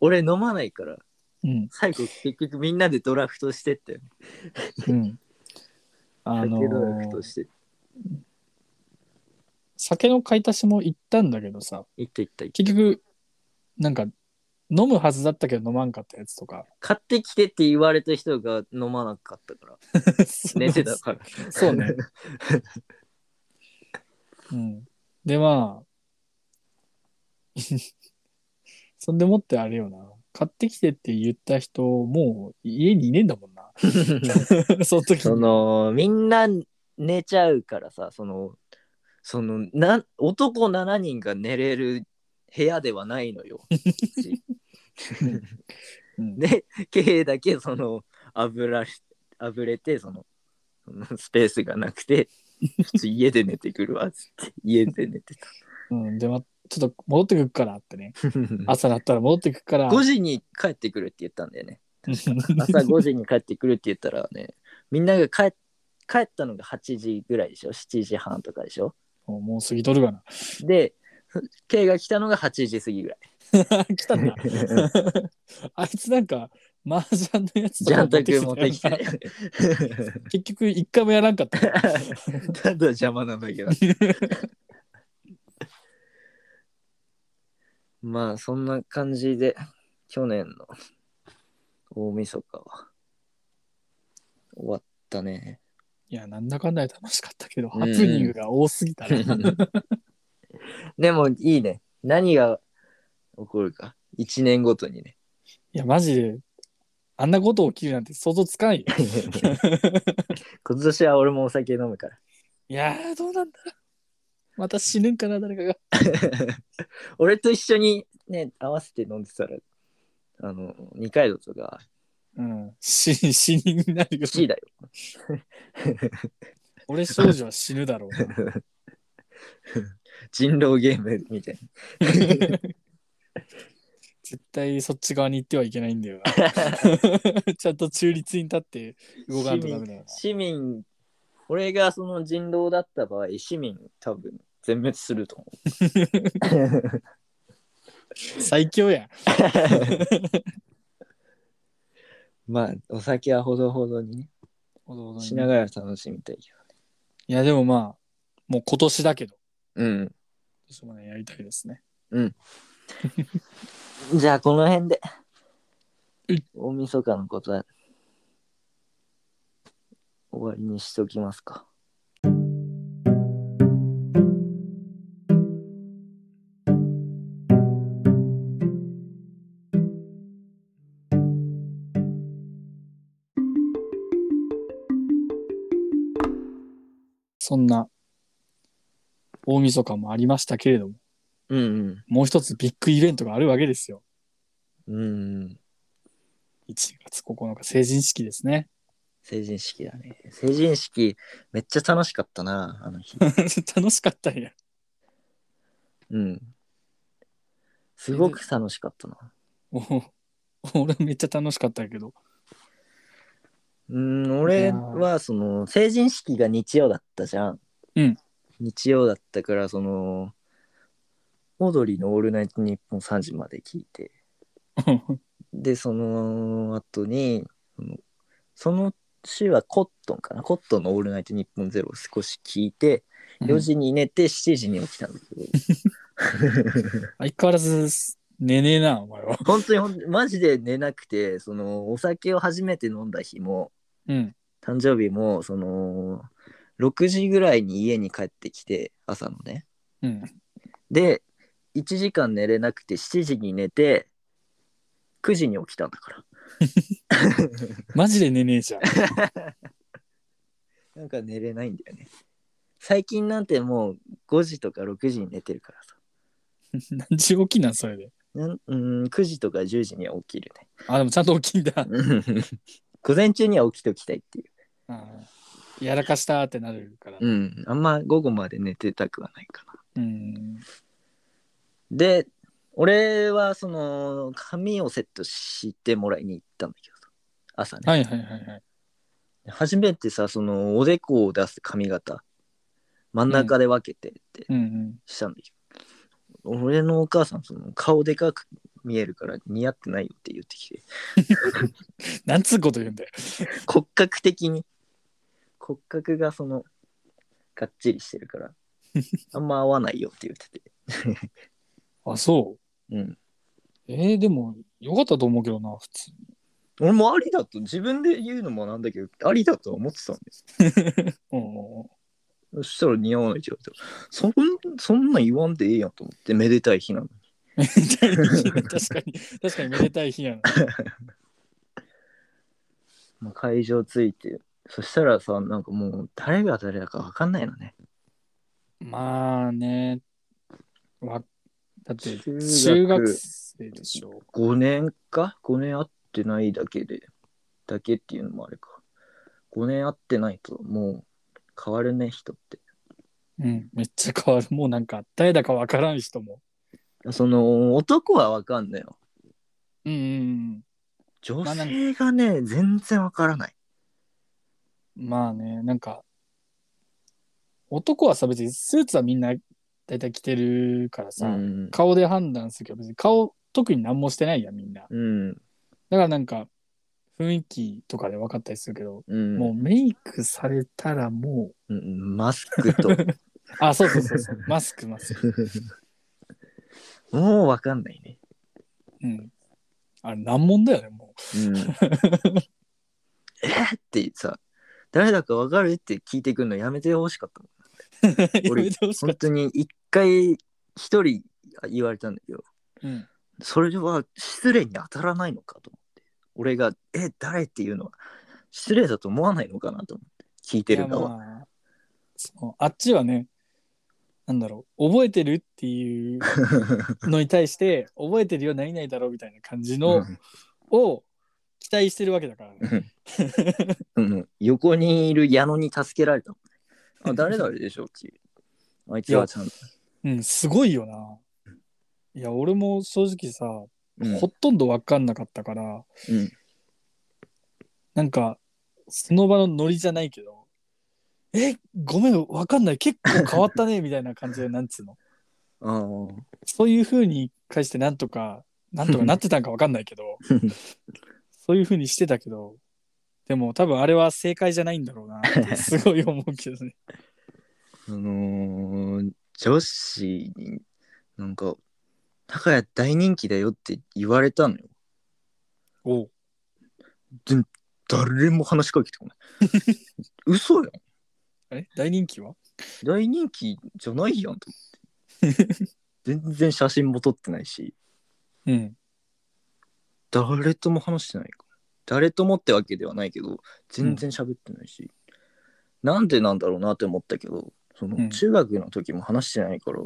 S2: 俺飲まないから、
S1: うん。
S2: 最後結局みんなでドラフトしてったよね。
S1: うん。あの
S2: 酒ドラフト
S1: ー
S2: して。
S1: 酒の買い足しも行ったんだけどさ、
S2: 行った行った行った。
S1: 結局、なんか、飲むはずだったけど飲まんかったやつとか。
S2: 買ってきてって言われた人が飲まなかったから、 寝てたから。
S1: そう ね。うん。で、まあ、 そんでもってあれよな。買ってきてって言った人、もう家にいねえんだもんな。 その時
S2: そ
S1: に。
S2: のみんな寝ちゃうからさそのそのな男7人が寝れる部屋ではないのよ。
S1: うん
S2: で K だけそのあぶらしあぶれてそのそのスペースがなくてちょっと家で寝てくるわっつって家で寝てた。
S1: うん。で、まあ、ちょっと戻ってくっからってね。朝だったら戻ってくっから。
S2: 5時に帰ってくるって言ったんだよね。朝5時に帰ってくるって言ったらねみんなが帰帰ったのが8時ぐらいでしょ7時半とかでしょ。
S1: もうもう過ぎとるがな。
S2: で、K が来たのが8時過ぎぐ らい。
S1: 来たんだ。 あいつなんか、麻雀のやつ
S2: ジャンタク持
S1: 持
S2: っ
S1: ってて
S2: き
S1: き
S2: て
S1: た
S2: ね
S1: よな。 結局、一回もやらんかった。
S2: ただ邪魔なんだけど。 まあ、そんな感じで、去年の大晦日は終わった ね。
S1: いや、なんだかんだで楽しかったけど、
S2: う
S1: ハ
S2: ん
S1: プニングが多すぎたね。
S2: でもいいね。何が起こるか。1年ごとに ね。
S1: いや、マジで、あんなこと起きるなんて想像つかないよ。
S2: 今年は俺もお酒飲むから。
S1: いやー、どうなんだろうまた死ぬんかな、誰かが。
S2: 俺と一緒にね合わせて飲んでたらあの二階堂とか
S1: うん。死、 死になるよ。
S2: キーだよ
S1: 俺少女は死ぬだろうな。
S2: 人狼ゲームみたい
S1: 絶対そっち側に行ってはいけないんだよ な。ちゃんと中立に立って動かんとダメだよ
S2: な 市民俺がその人狼だった場合市民多分全滅すると思う
S1: 最強やん。
S2: まあ、お酒はほどほどにね、
S1: ほどほどに
S2: しながら楽しみたいけ
S1: いや、でもまあ、もう今年だけど、
S2: ど。うん。
S1: 今年もね、やりたいですね。
S2: じゃあ、この辺で
S1: うん、
S2: 大晦日のことは、終わりにしときますか。
S1: そんな、大晦日もありましたけれども、
S2: うん
S1: もう一つビッグイベントがあるわけですよ。
S2: うん。うん。
S1: 1月9日、成人式ですね。
S2: 成人式だね。成人式、めっちゃ楽しかったな、あの日。
S1: 楽しかったんや。
S2: うん。すごく楽しかったな。
S1: お 俺めっちゃ楽しかったけ ど。
S2: うん、俺はその成人式が日曜だったじゃん。
S1: うん
S2: 日曜だったからそのオードリーの「オールナイトニッポン」3時まで聞いてでその後にそのその週はコットンかなコットンの「オールナイトニッポンゼロを少し聞いて4時に寝て7時に起きたんだけど、
S1: 相変わらず寝ねえな、お前は。
S2: 本当にほんマジで寝なくてそのお酒を初めて飲んだ日も
S1: うん。
S2: 誕生日もその6時ぐらいに家に帰ってきて朝のね
S1: うん。
S2: で1時間寝れなくて7時に寝て9時に起きたんだから
S1: マジで寝ねえじゃん。
S2: なんか寝れないんだよね最近なんてもう5時とか6時に寝てるからさ
S1: 何時起きなん、それで。
S2: なんうーん9時とか10時には起きるね
S1: あ、でもちゃんと起きんだ。
S2: うん午前中には起きときたいっていう
S1: うんやらかしたってなるから。
S2: うんあんま午後まで寝てたくはないかな
S1: うん。
S2: で俺はその髪をセットしてもらいに行ったんだけどさ朝ね
S1: はいはいはいはい。
S2: 初めてさそのおでこを出す髪型真ん中で分けてって
S1: うんうん。
S2: したんだけど、俺のお母さんその顔でかく見えるから似合ってないよって言ってきて
S1: なんつうこと言うんだよ。
S2: 骨格的に骨格がそのがっちりしてるから あんま合わないよって言ってて
S1: あ、そう。
S2: うん
S1: えー、でも、よかったと思うけどな、普通に。
S2: 俺もありだと自分で言うのもなんだけどありだとは思ってたんです
S1: うんうん うん。
S2: そしたら似合わないって言われてそんそんなん言わんでええやんと思ってめでたい日なのに
S1: めでたい日確かに、確かにめでたい日やな。
S2: まあ、会場着いてそしたらさなんかもう誰が誰だか分かんないのね
S1: まあね。わだって、
S2: 中学
S1: 中学生でしょ。
S2: 5年か5年会ってないだけでだけっていうのもあれか5年会ってないともう変わるね人って
S1: うん、めっちゃ変わる。もうなんか、誰だかわからん人も。
S2: その男は分かんのよ
S1: うんうん
S2: 女
S1: まあなんか
S2: 性がね全然分からない
S1: うん。まあね、なんか、男はさ、別にスーツはみんな大体着てるからさ、
S2: うん
S1: 顔で判断するけど、別に顔、特に何もしてないやん、みんな。だか
S2: うん
S1: らなんか、雰囲気とかで分かったりするけど、
S2: うん
S1: もうメイクされたらもう、
S2: うんマスク と
S1: あ、そうそうそう そう、マスク、マスク。
S2: もう分かんないね
S1: うん。あれ、難問だよね、も
S2: うん、えーってさ誰だか分かるって聞いてくるのやめてほしかったもん
S1: う。
S2: 俺
S1: やめてほしか
S2: 本
S1: っ
S2: 当に一回一人言われたんだけど
S1: た。うん。
S2: それは失礼に当たらないのかと思って俺が「え誰?」っていうのは失礼だと思わないのかなと思って聞いてる
S1: いや
S2: 側、
S1: まあそのあっちはねなんだろう覚えてるっていうのに対して 覚えてるよ何々だろうみたいな感じの、を期待してるわけだからね。
S2: うんうん横にいる矢野に助けられたもんあ誰々でしょうっていうあいつはちゃんと、
S1: うんすごいよな。いや俺も正直さ、
S2: うん
S1: ほとんど分かんなかったから
S2: うん
S1: なんかその場のノリじゃないけど「えごめん分かんない結構変わったね」みたいな感じでなんつうの
S2: うん。
S1: そういうふうに返してなんとか、なんとかなってたんかわかんないけど、そういうふうにしてたけど、でも多分あれは正解じゃないんだろうなってすごい思うけどね。
S2: あのー女子になんか「高谷大人気だよ」って言われたのよ。
S1: おう
S2: 全誰も話しかけて こない。嘘やん。
S1: あれ大人気は
S2: 大人気じゃないやんと思って。全然写真も撮ってないし
S1: うん。
S2: 誰とも話してないか誰ともってわけではないけど全然喋ってないし、なんでなんだろうなって思ったけどその
S1: うん
S2: 中学の時も話してないから、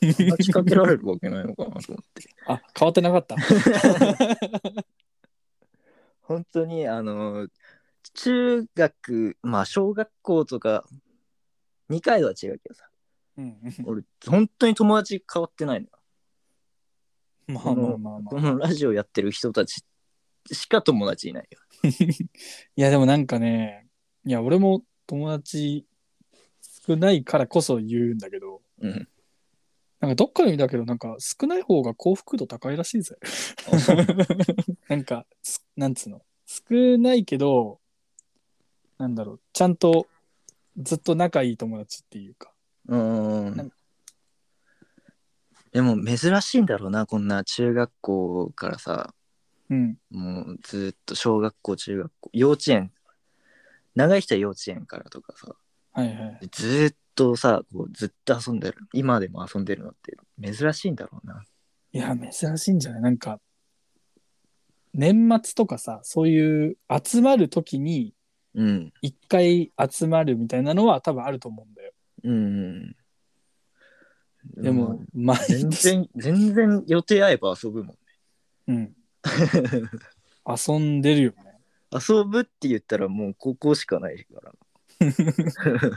S2: 話しかけられるわけないのかなと思って。
S1: あ、変わってなかった。
S2: 本当にあの中学まあ小学校とか2回は違うけどさ
S1: うん。
S2: 俺本当に友達変わってないのよ
S1: まあまあまあま
S2: こ
S1: あ。
S2: のラジオやってる人たちしか友達いないよ
S1: いや、でもなんかね、いや、俺も友達少ないからこそ言うんだけど、
S2: うん
S1: なんかどっかで見たけど、なんか少ない方が幸福度高いらしいぜ。 なんか、すなんつうの、少ないけど、なんだろう、ちゃんとずっと仲いい友達っていうか。
S2: うー
S1: なん
S2: んでも珍しいんだろうなこんな中学校からさ
S1: うん。
S2: もうずっと小学校中学校幼稚園長い人は幼稚園からとかさ
S1: はいはい。
S2: ずーっとさこうずっと遊んでる今でも遊んでるのって珍しいんだろうない
S1: や、珍しいんじゃないなんか、年末とかさ、そういう集まる時に
S2: うん
S1: 一回集まるみたいなのは多分あると思うんだよ。
S2: うん
S1: でも、毎年
S2: 全 然全然予定合えば遊ぶもん
S1: うん。遊んでるよね。
S2: 遊ぶって言ったらもう高校しかないから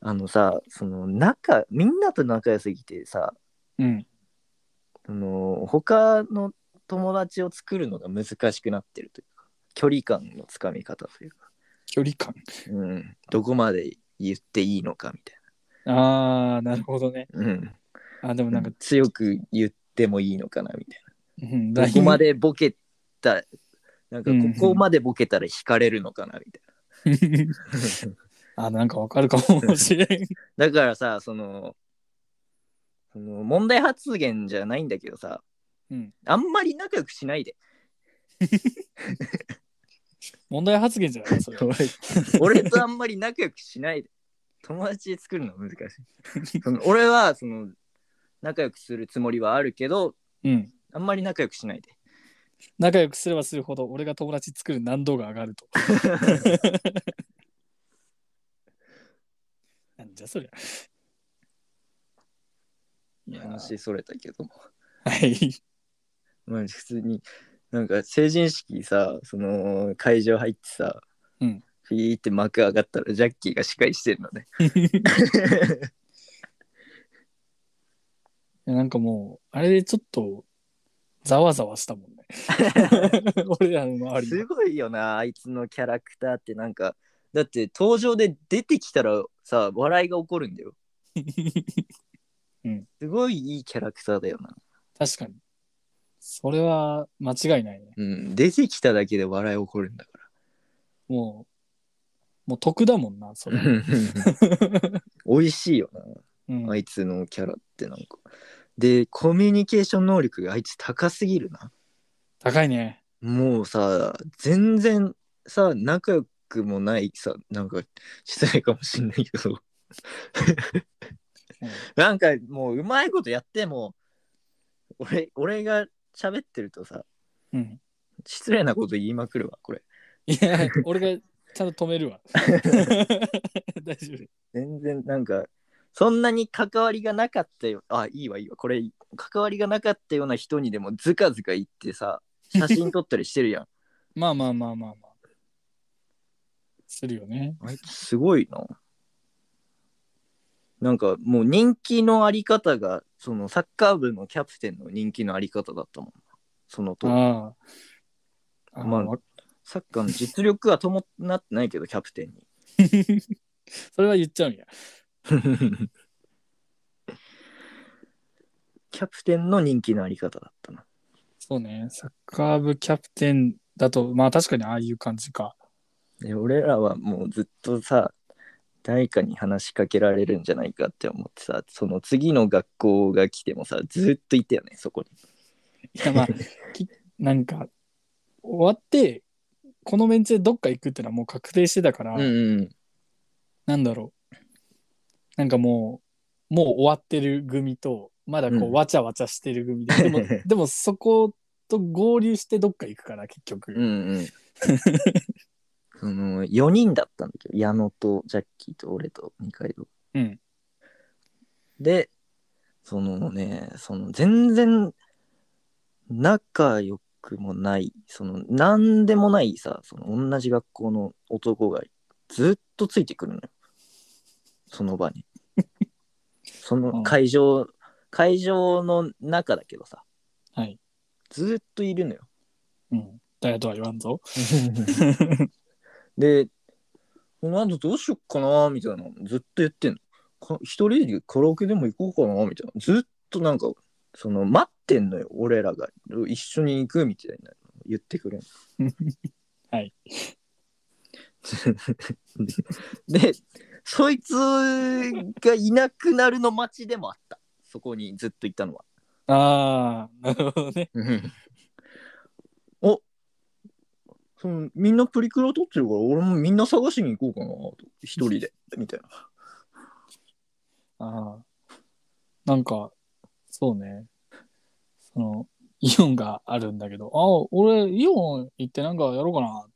S2: あのさその仲みんなと仲良すぎてさ
S1: うん。
S2: その他の友達を作るのが難しくなってるというか距離感のつかみ方というか、
S1: 距離感。
S2: うん、どこまで言っていいのかみたい
S1: ああ、なるほどね。
S2: な、うん、
S1: あ、でもなんか、
S2: 強く言ってもいいのかなみたい
S1: うん、
S2: な。
S1: LINE
S2: ここまでボケた、なんか
S1: うん
S2: ここまでボケたら惹かれるのかなみたい
S1: あ、なんかわかるかもしれ ん。
S2: な。だからさ、その、その問題発言じゃないんだけどさ、
S1: うん
S2: あんまり仲良くしないで。
S1: 問題発言じゃないそれは。
S2: 俺とあんまり仲良くしない で。友達作るのは難しい。その俺はその仲良くするつもりはあるけど、
S1: うん。
S2: あんまり仲良くしないで。
S1: 仲良くすればするほど、俺が友達作る難度が上がる と。なんじゃそりゃ。いや
S2: 話それたけど。
S1: はい。
S2: まあ普通になんか成人式さその会場入ってさ、
S1: うん
S2: ピーって幕上がったらジャッキーが司会してるのね
S1: いやなんかもう、あれでちょっと、ざわざわした もんね。俺らの周り
S2: す
S1: が。
S2: ごいよなあいつのキャラクターってなんかだって登場で出てきたらさ笑いが起こるんだよ、
S1: うん
S2: すごいいいキャラクターだよな、
S1: 確かに。それは間違いないね。
S2: うん、出てきただけで笑い起こるんだか
S1: もう、もう得だもんな、そ
S2: ら
S1: れ。
S2: 美味しいよな
S1: うん
S2: あいつのキャラってなんかでコミュニケーション能力があいつ高すぎるな
S1: 高いね。
S2: もうさ全然さ仲良くもないさなんか失礼かもしんないけどなんかもううまいことやっても俺俺が喋ってるとさ
S1: うん。
S2: 失礼なこと言いまくるわこれ
S1: い や、俺がちゃんと止めるわ。大丈夫。
S2: 全然なんかそんなに関わりがなかったよあいいわいいわこれ関わりがなかったような人にでもズカズカ言ってさ写真撮ったりしてるやん
S1: まあまあまあまあまあ。するよね。
S2: あいつすごいな。なんかもう人気のあり方が、そのサッカー部のキャプテンの人気のあり方だったもん。そのと
S1: ああ。あ
S2: まあ
S1: わ
S2: サッカーの実力は伴ってないけど、キャプテンに。
S1: それは言っちゃうんや。
S2: キャプテンの人気のあり方だったな。
S1: そうね。サッカー部キャプテンだと、まあ確かにああいう感じか。
S2: で俺らはもうずっとさ誰かに話しかけられるんじゃないかって思ってさその次の学校が来てもさずっといたよねそこに
S1: いやま あ、きなんか、終わって、このメンツでどっか行くってのはもう確定してたから、
S2: うん
S1: なんだろう。なんかもう、もう終わってる組と、まだこ
S2: う
S1: う、
S2: ん
S1: わちゃわちゃしてる組で、で も、でもそこと合流してどっか行くから、結局。
S2: うんうん うんその4人だったんだけど矢野とジャッキーと俺と二階堂
S1: うん
S2: でそのねその全然仲良くもないその何でもないさその同じ学校の男がずっとついてくるのよその場に その会場、会場の中だけどさ
S1: はい。
S2: ずっといるのよ
S1: うん。誰とは言わんぞ。
S2: で、この後どうしよっかなみたいなのずっと言ってんの。か一人でカラオケでも行こうかなみたいな。ずっとなんか、その待ってんのよ、俺らが。一緒に行くみたいな言ってくれんの
S1: はい。
S2: で、そいつがいなくなるの待ちでもあった。そこにずっといたのは。
S1: あ あ、なるほどね。
S2: おそのみんなプリクラ撮ってるから俺もみんな探しに行こうかなと一人 でみたいな
S1: ああ。なんか、そうね。その、イオンがあるんだけど、ああ、俺、イオン行ってなんかやろうかな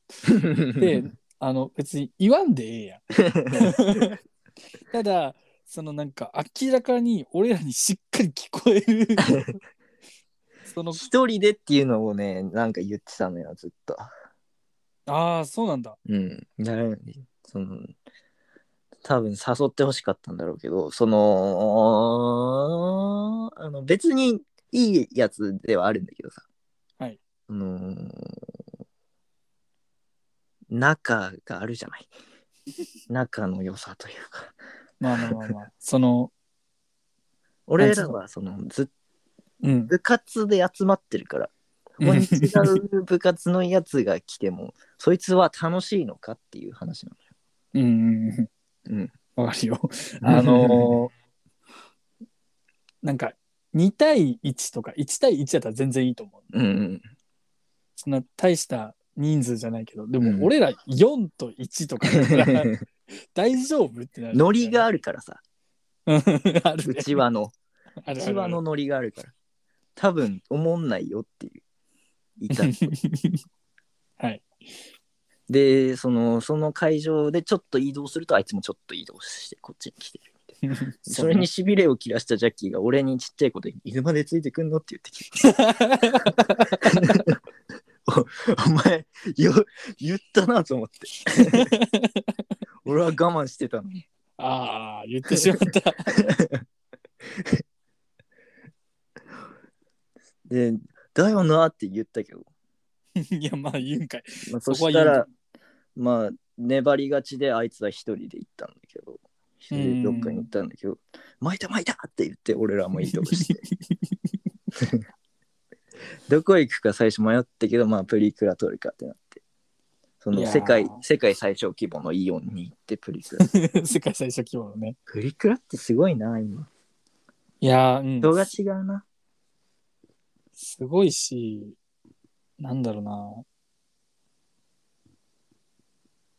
S1: で、あの別に言わんでええやん。た だそのなんか明らかに俺らにしっかり聞こえ るその
S2: 一人でっていうのをねなんか言ってたのよずっと
S1: ああそうなんだ
S2: うんだからその多分誘ってほしかったんだろうけどそのあの別にいいやつではあるんだけどさ
S1: はい
S2: あのー仲があるじゃ ない仲の良さというか
S1: まあまあまあ まあその
S2: 俺らはそのず
S1: うん
S2: 部活で集まってるからそこに違う部活のやつが来てもそいつは楽しいのかっていう話な
S1: うんうん
S2: のよ。
S1: うんわかるよ
S2: うん、
S1: あのーなんか2対1とか1対1だったら全然いいと思う
S2: うん うん
S1: そんな大した人数じゃないけどで
S2: うん
S1: も俺ら4と1とかだから 大丈夫ってなる
S2: ノリがあるからさ
S1: うんある
S2: う
S1: ね
S2: ちわの
S1: あ
S2: う
S1: るあ
S2: ち
S1: る
S2: わ
S1: ある
S2: のノリがあるから多分おもんないよっていう言い たい
S1: はい。
S2: でそのその会場でちょっと移動するとあいつもちょっと移動してこっちに来てるみたいなそれにしびれを切らしたジャッキーが俺にちっちゃい子で「いつまでついてくんの?」って言ってきてお前よ言ったなと思って俺は我慢してたのに
S1: ああ、言ってしまった。
S2: でだよなって言ったけど、
S1: いや、まあ言うんかい。
S2: まあ、
S1: そ
S2: そ
S1: こは
S2: し
S1: 言
S2: た
S1: う
S2: らまあ粘りがちであいつは一人で行ったんだけど一人でどっかに行ったんだけど「巻いた巻いた!」って言って俺らも移動して どこ行くか最初迷ったけどまあプリクラ撮るかってなってそ
S1: い
S2: の
S1: やー
S2: 世界世界最小規模のイオンに行ってプリ クラ
S1: 世界最初規模のね。
S2: プリクラってすごいな今
S1: いやー、
S2: 人
S1: う
S2: が
S1: ん、
S2: 違うな
S1: すごいし、なんだろうな。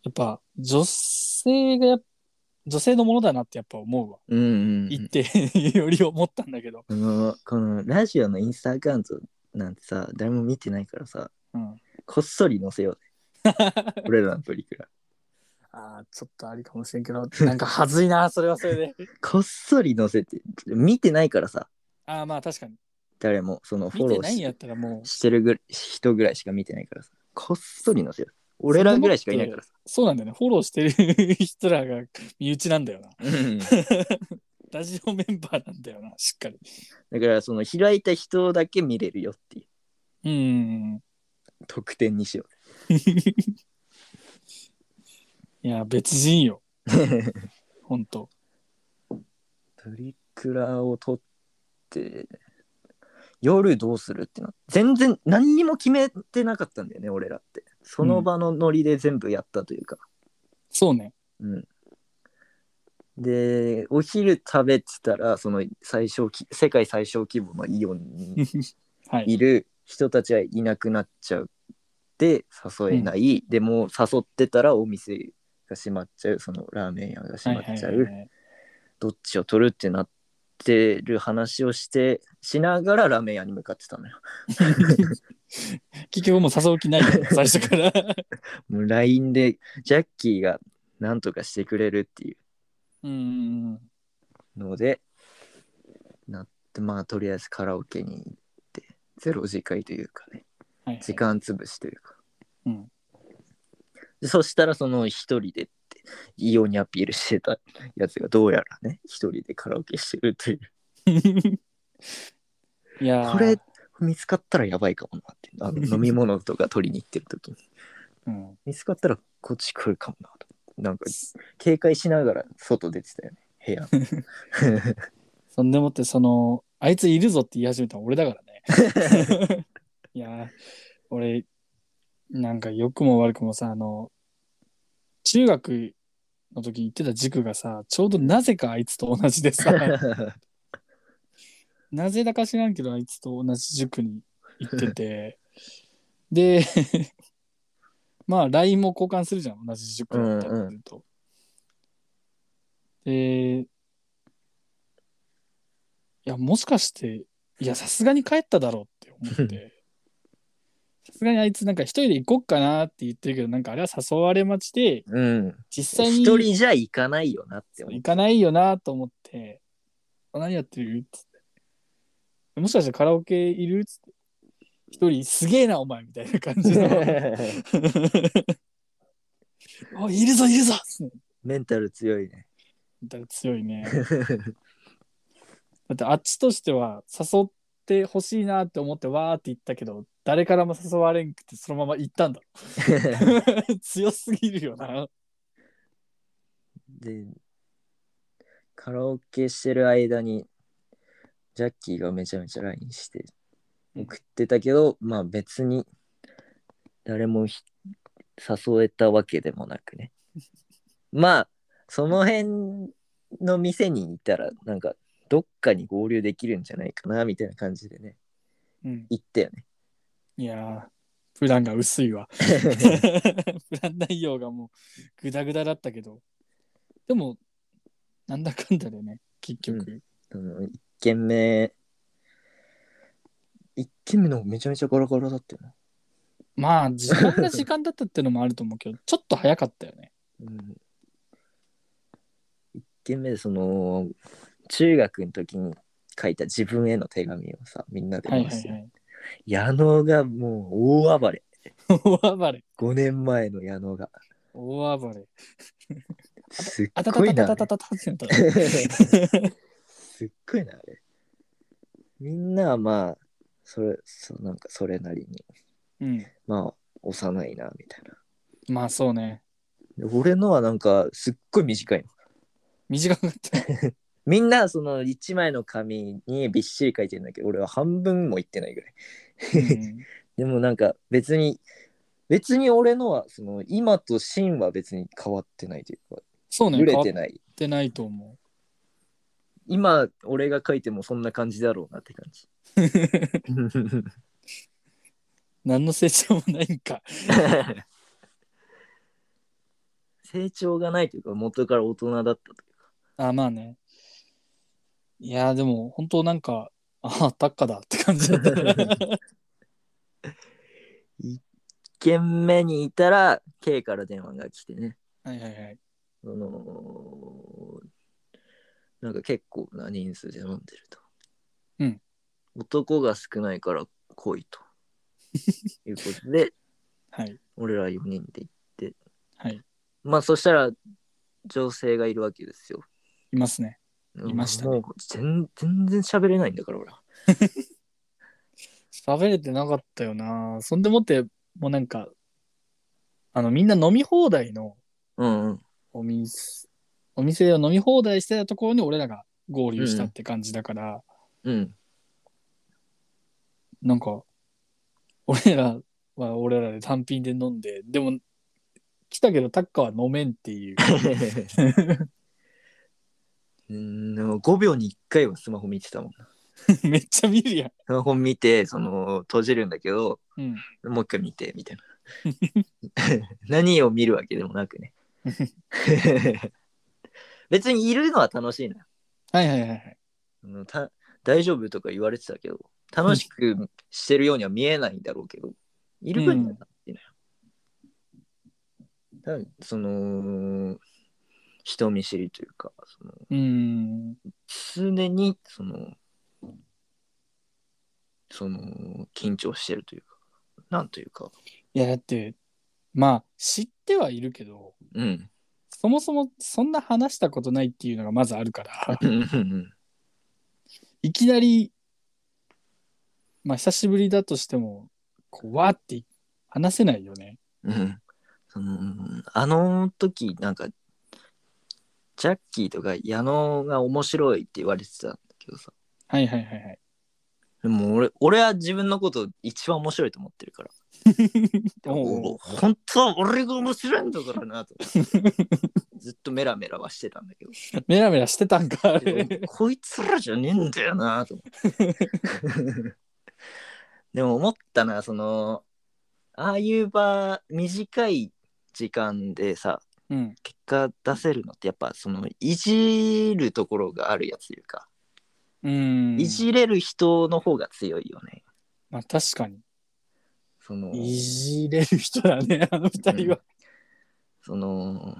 S1: やっぱ、女性がやっ、女性のものだなってやっぱ思うわ。
S2: うんうんうん
S1: 言って、より思ったんだけ ど。
S2: このこのラジオのインスタアカウントなんてさ誰も見てないからさ
S1: うん。
S2: こっそり載せようぜ俺らのプリクラ
S1: ああ、ちょっとありかもしれんけど、なんかはずいな、それはそれで。
S2: こっそり載せて見てないからさ
S1: ああ、まあ確かに。
S2: 誰もそのフォ
S1: 見
S2: ロ
S1: て
S2: ー
S1: ないん
S2: し
S1: やったらもう、
S2: してるぐ人ぐらいしか見てないからさこっそり載せよう俺らぐらいしかいないからさ
S1: そうなんだよね。フォローしてる人らが身内なんだよな。
S2: うん
S1: ラジオメンバーなんだよな、しっかり。
S2: だからその開いた人だけ見れるよっていう
S1: うん。
S2: 特典にしよ
S1: いや、別人 よ。
S2: う
S1: ほんと。
S2: プリクラを撮って夜どうするってな全然何にも決めてなかったんだよね俺らってその場のノリで全部やったというか、
S1: そうね。
S2: うんでお昼食べてたらその最小規世界最小規模のイオンに
S1: はい。
S2: いる人たちはいなくなっちゃうで誘えない、でも誘ってたらお店が閉まっちゃうそのラーメン屋が
S1: は
S2: 閉
S1: い
S2: ま
S1: はい
S2: っちゃう、
S1: はい。
S2: どっちを取るってなってる話をしてしながらラーメン屋に向かってたのよ
S1: 結局もう誘う気 ないよ最初から。
S2: もう LINE でジャッキーが何とかしてくれるっていう
S1: うんうんうん。
S2: のでなってまあとりあえずカラオケに行ってゼロ次会というかね
S1: はいはい
S2: 時 間潰しというか、
S1: うん
S2: でそしたらその一人でって異様にアピールしてたやつがどうやらね一人でカラオケしてるという
S1: いやー
S2: これ、見つかったらやばいかもなってあの飲み物とか取りに行ってる時に
S1: うん、
S2: 見つかったらこっち来るかもなとなんか警戒しながら外出てたよね部 屋
S1: そんでもってそのあいついるぞって言い始めたの俺だからね。いやー俺なんか良くも悪くもさあの中学の時に行ってた塾がさちょうどなぜかあいつと同じでさなぜだか知らんけどあいつと同じ塾に行っててで まあ LINE も交換するじゃん同じ塾だったりすると。でいやもしかしていやさすがに帰っただろうって思ってさすがにあいつなんか一人で行こっかなって言ってるけどなんかあれは誘われ待ちで
S2: うん
S1: 実際に
S2: 一人じゃ行かないよなって思っ
S1: 行
S2: て
S1: かないよなと思って、あ何やってるっつって。もしかしてカラオケいるっつって。一人、すげえな、お前みたいな感じで。おいいるぞ、いるぞっつって
S2: メンタル強いね
S1: だから強いね。だってあっちとしては、誘ってほしいなって思ってわーって言ったけど、誰からも誘われんくて、そのまま行ったんだ。 強すぎるよな。
S2: でカラオケしてる間にジャッキーがめちゃめちゃ LINE して送ってたけど、まあ別に誰もひ誘えたわけでもなくねまあその辺の店にいたらなんかどっかに合流できるんじゃないかなみたいな感じでね
S1: うん、
S2: 行ったよね
S1: いやー、プランが薄いわ。 プラン内容がもうグダグダだったけどでもなんだかんだでね結局、
S2: あの一軒目一軒目の方めちゃめちゃガラガラだったよな、
S1: まあ時間が時間だったっていうのもあると思うけどちょっと早かったよね
S2: うん、一軒目でその中学の時に書いた自分への手紙をさみんなで
S1: はい
S2: 見
S1: は
S2: せ
S1: い
S2: て、
S1: はい
S2: 矢野がもう大暴れ
S1: 大暴れ
S2: 5年前の矢野が
S1: 大暴れ
S2: すっ
S1: あたた
S2: ごい
S1: たた
S2: な
S1: た
S2: あ
S1: たたたってなった
S2: れ すっごいなあれみんなはまあそれそなんかそれなりに
S1: うん
S2: まあ幼いなみたい
S1: まあそう ね
S2: なで俺のはなんかすっごい短いの
S1: 短かったよ
S2: みんなその1枚の紙にびっしり書いてるんだけど俺は半分もいってないぐらい
S1: うん
S2: でもなんか別に別に俺のはその今と芯は別に変わってないというか
S1: そうね変
S2: 揺れ
S1: わって
S2: ない
S1: てないと思
S2: 今俺が書いてもそんな感じだろうなって感じ
S1: う何の成長もないんか
S2: 成長がないというか元から大人だったという
S1: あまあねいやーでも本当なんかああタッカだって感じだった ね
S2: 1軒目にいたら K から電話が来てね
S1: はいはいはい
S2: そのなんか結構な人数で飲んでると、
S1: うん
S2: 男が少ないから 来いということで
S1: はい
S2: 俺ら4人で
S1: はい
S2: まあそしたら女性がいるわけですよ
S1: いますねいましたね
S2: もう全全然喋れないんだから俺は
S1: 喋れてなかったよなそんでもってもうなんかあのみんな飲み放題の
S2: うんうん
S1: お店お店を飲み放題 してたところに俺らが合流したって感じだから、
S2: うん
S1: なんか、俺らは俺らで単品で飲んで、でも、来たけどタッカーは飲めんっていう。
S2: うんでも5秒に1回はスマホ見てたもんな
S1: めっちゃ見るやん。
S2: スマホ見てその閉じるんだけど
S1: うん。
S2: もう一回見てみたいな 何を見るわけでもなくね 別にいるのは楽しいな
S1: はいはいはいはい。
S2: うんた大丈夫とか言われてたけど楽しくしてるようには見えないんだろうけどいる分にはなってない、だからその人見知りというかその
S1: うん。
S2: 常にそのその緊張してるというかなんというか
S1: いや、だって、まあ、知ってはいるけど、
S2: うん
S1: そもそもそんな話したことないっていうのがまずあるから、いきなり、まあ、久しぶりだとしても、こう、わーって話せないよね。
S2: うんそのあの時なんかジャッキーとか矢野が面白いって言われてたんだけどさ
S1: はいはいはいはい。
S2: でも俺俺は自分のこと一番面白いと思ってるから。
S1: おうおう
S2: お本当は俺が面白いんだからな と。ずっとメラメラはしてたんだけど。
S1: メラメラしてたん か、あれ。
S2: でもこいつらじゃねえんだよなと思 って。でも思ったな、その、ああいう場、短い時間でさ、
S1: うん。
S2: 結果出せるのってやっぱそのいじるところがあるやつというか、
S1: うん。
S2: いじれる人の方が強いよね。
S1: まあ、確かに。
S2: その
S1: いじれる人だね、あの二人は。
S2: その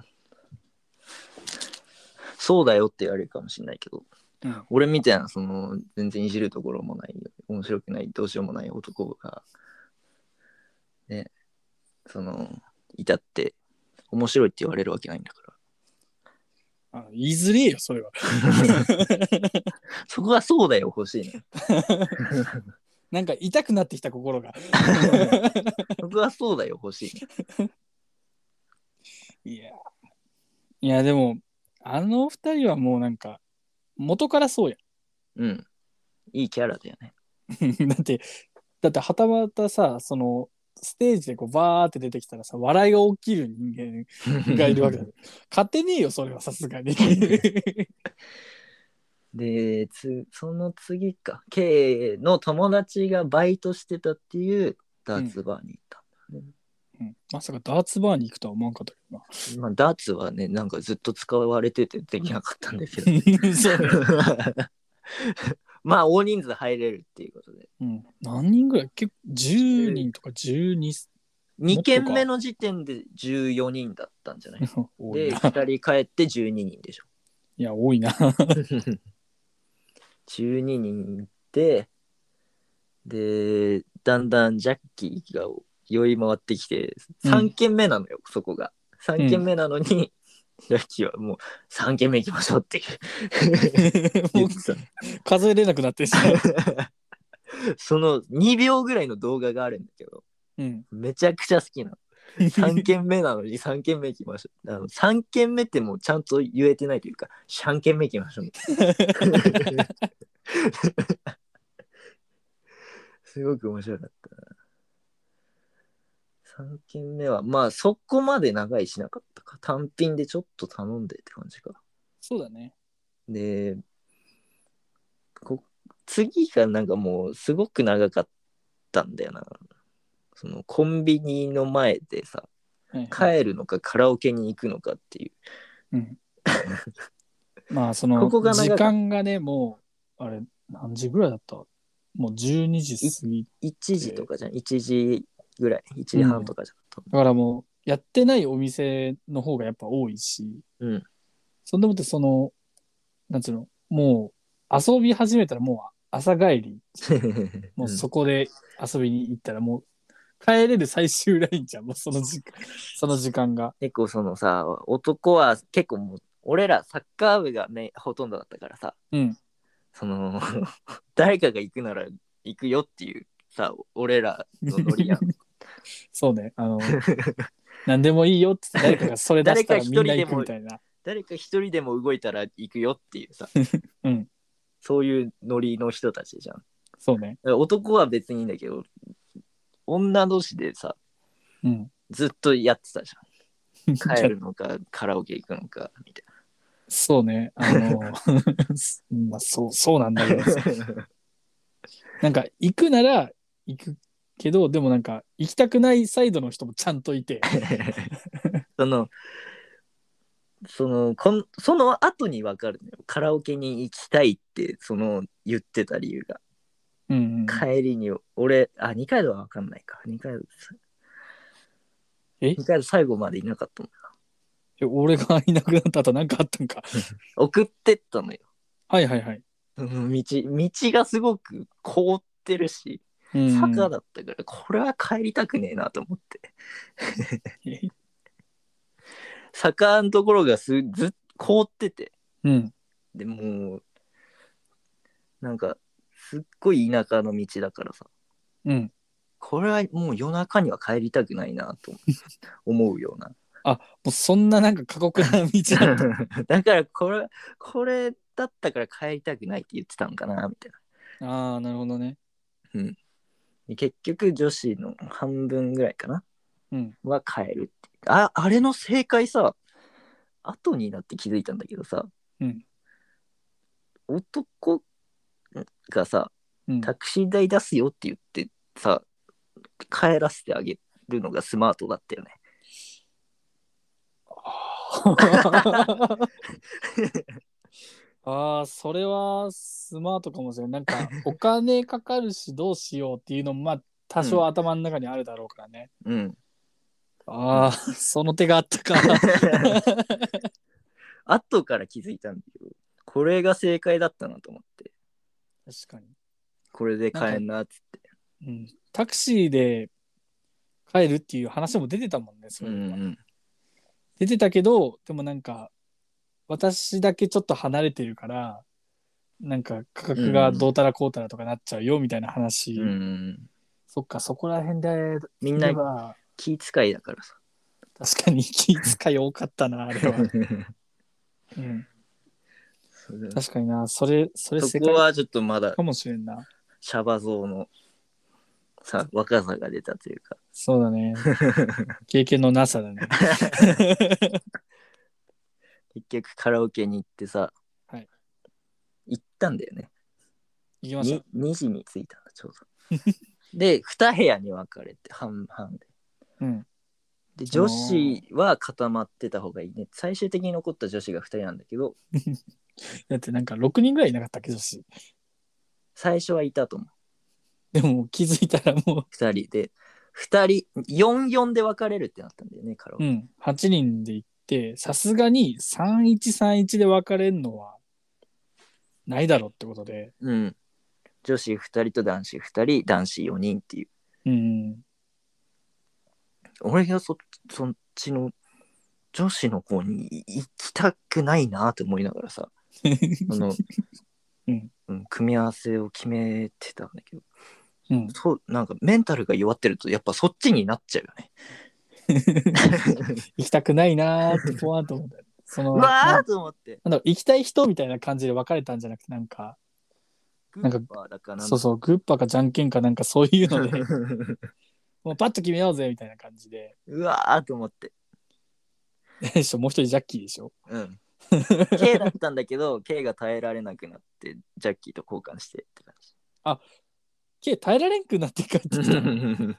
S2: そうだよって言われるかもしれないけど、
S1: うん
S2: 俺みたいなその全然いじるところもない面白くないどうしようもない男がねそのいたって面白いって言われるわけない んだから
S1: あ言いづれえよ、それは。
S2: そこがそうだよ欲 しいね
S1: なんか痛くなってきた心が。
S2: そこがそうだよ欲しいね
S1: いや。いや、でも、あの二人はもうなんか、元からそうや
S2: うんいいキャラだよね
S1: ん。 だって、だって、はたまたさ、その、ステージでこうバーって出てきたらさ、笑いが起きる人間がいるわけ だ。勝てねえよ、それはさすがに。
S2: でつその次か K の友達がバイトしてたっていうダーツバーに行った、
S1: うんまさかダーツバーに行くとは思わんかったけ
S2: まあ、ダーツはねなんかずっと使われててできなかったんですよ
S1: どな。 そうね。
S2: まあ大人数入れるっていうことで
S1: うん。何人ぐらい結構、10人とか12、もっ
S2: 2
S1: とか
S2: 軒目の時点で14人だったんじゃない
S1: 多い
S2: で
S1: な。
S2: 2人帰って12人でしょ
S1: いや、多いな。
S2: 12人ででだんだんジャッキーが酔い回ってきて
S1: うん
S2: 3軒目なのよ、そこが3軒目なのに、ジャッキーはもう3軒目行きましょうっていう
S1: も
S2: 言
S1: う
S2: ってた
S1: 数えれなくなってしまう。
S2: その2秒ぐらいの動画があるんだけど、
S1: うん。
S2: めちゃくちゃ 好きなの。3軒目なのに3軒目行きましょう。あの3軒目ってもうちゃんと言えてないというか、3軒目行きましょうみたいな。 すごく面白かったな。3軒目は、まあそこまで長いしなかったか。単品でちょっと頼んでって感じか。
S1: そうだね。
S2: でこ次がなんかもうすごく長かったんだよなそのコンビニの前でさ
S1: はいはい
S2: 帰るのかカラオケに行くのかってい
S1: う
S2: う
S1: ん、 まあ、その、
S2: ここが長
S1: 時
S2: い
S1: 間がね、もう、あれ、何時ぐらいだったもう12時過ぎ。
S2: 1時とかじゃん1時ぐらい1時半とかじゃん、
S1: だからもう、やってないお店の方がやっぱ多いし、
S2: うん
S1: そんでもって、その、なんつうの、もう、遊び始めたらもう朝帰り、もうそこで遊びに行ったらもう、帰れる最終ラインじゃん、もうその時 間、その時間が。
S2: 結構そのさ男は結構もう俺らサッカー部がめほとんどだったからさ
S1: うん。
S2: その 誰かが行くなら行くよっていうさ俺らのノ リやん
S1: そうね、あの、何でもいいよって誰かがそれ出したらみんな行くみたいな。
S2: 誰か一人でも動いたら行くよっていうさ、
S1: うん
S2: そういうノリの人たちじゃん。
S1: そうね。
S2: 男は別にいいんだけど、女同士でさ、
S1: うん。
S2: ずっとやってたじ ゃん。帰るのか、カラオケ行くのか、みた
S1: そうね。あの、 まあ、そう、そうなんだけ ど。
S2: い な。
S1: なんか、行くなら行くけど、でもなんか、行きたくないサイドの人もちゃんといて。
S2: その、その、こんその後に分かるのよ。カラオケに行きたいって、その、言ってた理由が。
S1: うん、うん。
S2: 帰りに、俺、あ、二階堂は分かんないか。二階堂、
S1: え
S2: 二階堂最後までいなかったもん。
S1: え俺がいなくなった後なんかあったんか。
S2: 送ってったのよ。
S1: はいはいはい。
S2: その道、道がすごく凍ってるし、
S1: うん
S2: 坂だったから、これは帰りたくねえなと思って。 坂のところがすずっ凍ってて、
S1: うん。
S2: でもう、なんか、すっごい田舎の道だからさ、
S1: うん。
S2: これはもう夜中には帰りたくないなと思うよ うな。
S1: もうそんななんか過酷な道だった。
S2: だから、これ、これだったから帰りたくないって言ってたのかな、みたいな。
S1: ああ、なるほどね。
S2: で結局、女子の半分ぐらいかな
S1: うん。
S2: は帰るって。あ、あれの正解さ、後になって気づいたんだけどさ、
S1: うん
S2: 男がさ、
S1: うん、
S2: タクシー代出すよって言ってさ、帰らせてあげるのがスマートだったよね。
S1: ああ、それはスマートかもしれない。なんか、お金かかるしどうしようっていうのも、まあ、多少頭の中にあるだろうからね。
S2: うん。
S1: ああ、その手があったか。
S2: 後から気づいたんだけど、これが正解だったなと思って、
S1: 確かに。
S2: これで帰んなっつって。
S1: うん、タクシーで帰るっていう話も出てたもんね、そうれ
S2: んうん。
S1: 出てたけど、でもなんか、私だけちょっと離れてるから、なんか価格がどうたらこうたらとかなっちゃうよみたいな話。
S2: うんうん、
S1: そっか、そこら辺で、
S2: みん
S1: な
S2: な気遣いだから さ。
S1: 確かに気遣い多かったな、あ れは。 うん、確かにな、それ、それ
S2: そ
S1: 世
S2: こ
S1: 界
S2: はちょっとまだ
S1: かもしれんな。
S2: シャバ像のさ若さが出たというか。
S1: そうだ ね。経験のなさだね。
S2: 結局カラオケに行ってさ、
S1: はい
S2: 行ったんだよね。
S1: いきまし
S2: に
S1: た。
S2: 2時に着いたんだ、ちょうど。で、2部屋に分かれて、半々で。
S1: うん。
S2: で、
S1: その
S2: 女子は固まってた方がいいね。最終的に残った女子が2人なんだけど、
S1: だってなんか6人ぐらいいなかったっけ、女子。
S2: 最初はいたと思う。
S1: でも気づいたらも
S2: 2人で、2人、44で分かれるってなったんだよね、カラオ
S1: う、う
S2: ケ。
S1: ん、8人で行って、さすがに3131で別れるのはないだろうってことで。
S2: うん。女子2人と男子2人、男子4人っていう。
S1: うん。
S2: 俺がそそっちの女子の方に行きたくないなと思いなが らさ、あの、
S1: うん
S2: うん組み合わせを決めてたんだけど、
S1: うん、
S2: そう、なんかメンタルが弱ってると、やっぱそっちになっちゃうよ ね。
S1: 行きたくないなー って、ふわーっと思った。その
S2: うわーと思って、
S1: なんだろう行きたい人みたいな感じで別れたんじゃなくて、なんか、
S2: グ
S1: なんか
S2: ッパーだかなんだ
S1: そうそう、グッパかじゃんけんかなんかそういうので、
S2: う。
S1: もうパッと決めようぜみたいな感じで、
S2: わーと思って。
S1: でしょもう一人ジャッキーでしょ。
S2: うん。K だったんだけど、K が耐えられなくなって、ジャッキーと交換してって感じ。
S1: け耐えられんくなって帰ってきた。い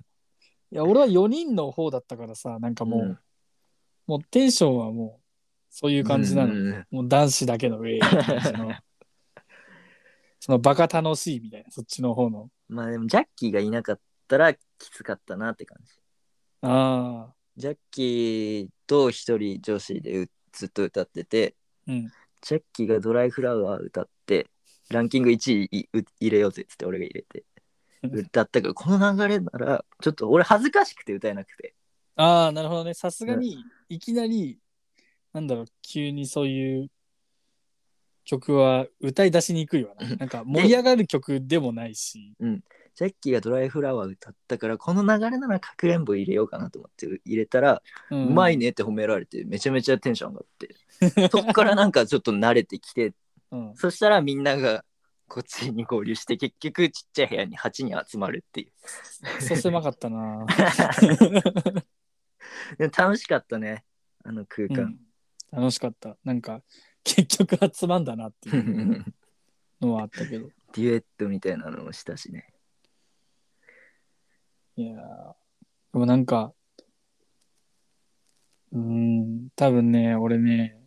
S1: や、俺は4人の方だったからさ、なん かもう、
S2: うん
S1: もうテンションはもう、そういう感じなの。
S2: うん
S1: もう男子だけの上、みたいな感じ のそのバカ楽しいみたいな、そっちの方の。
S2: まあでも、ジャッキーがいなかったらきつかったなって感じ。
S1: ああ、
S2: ジャッキーと一人女子でうずっと歌ってて、
S1: うん。
S2: ジャッキーがドライフラワー歌って、ランキング1位いう入れようぜっつって俺が入れて、歌ったけど、この流れなら、ちょっと俺恥ずかしくて歌えなくて。
S1: ああ、なるほどね。さすがに、いきなり、なんだろう、急にそういう曲は歌い出しにくいわな。なんか盛り上がる曲でもないし。
S2: ジャッキーがドライフラワー歌ったから、この流れならかくれんぼ入れようかなと思って入れたら、
S1: う
S2: うんまい。ねって褒められて、めちゃめちゃテンション上がって、そっからなんかちょっと慣れてきて、
S1: うん、
S2: そしたらみんながこっちに合流して結局ちっちゃい部屋に8人集まるっていう
S1: そう狭かったな
S2: でも楽しかったねあの空
S1: う
S2: 間
S1: ん、楽しかったなんか結局集まんだなっていうのはあったけど
S2: デュエットみたいなのをしたしね
S1: いやーでもなんかうーん多分ね俺ね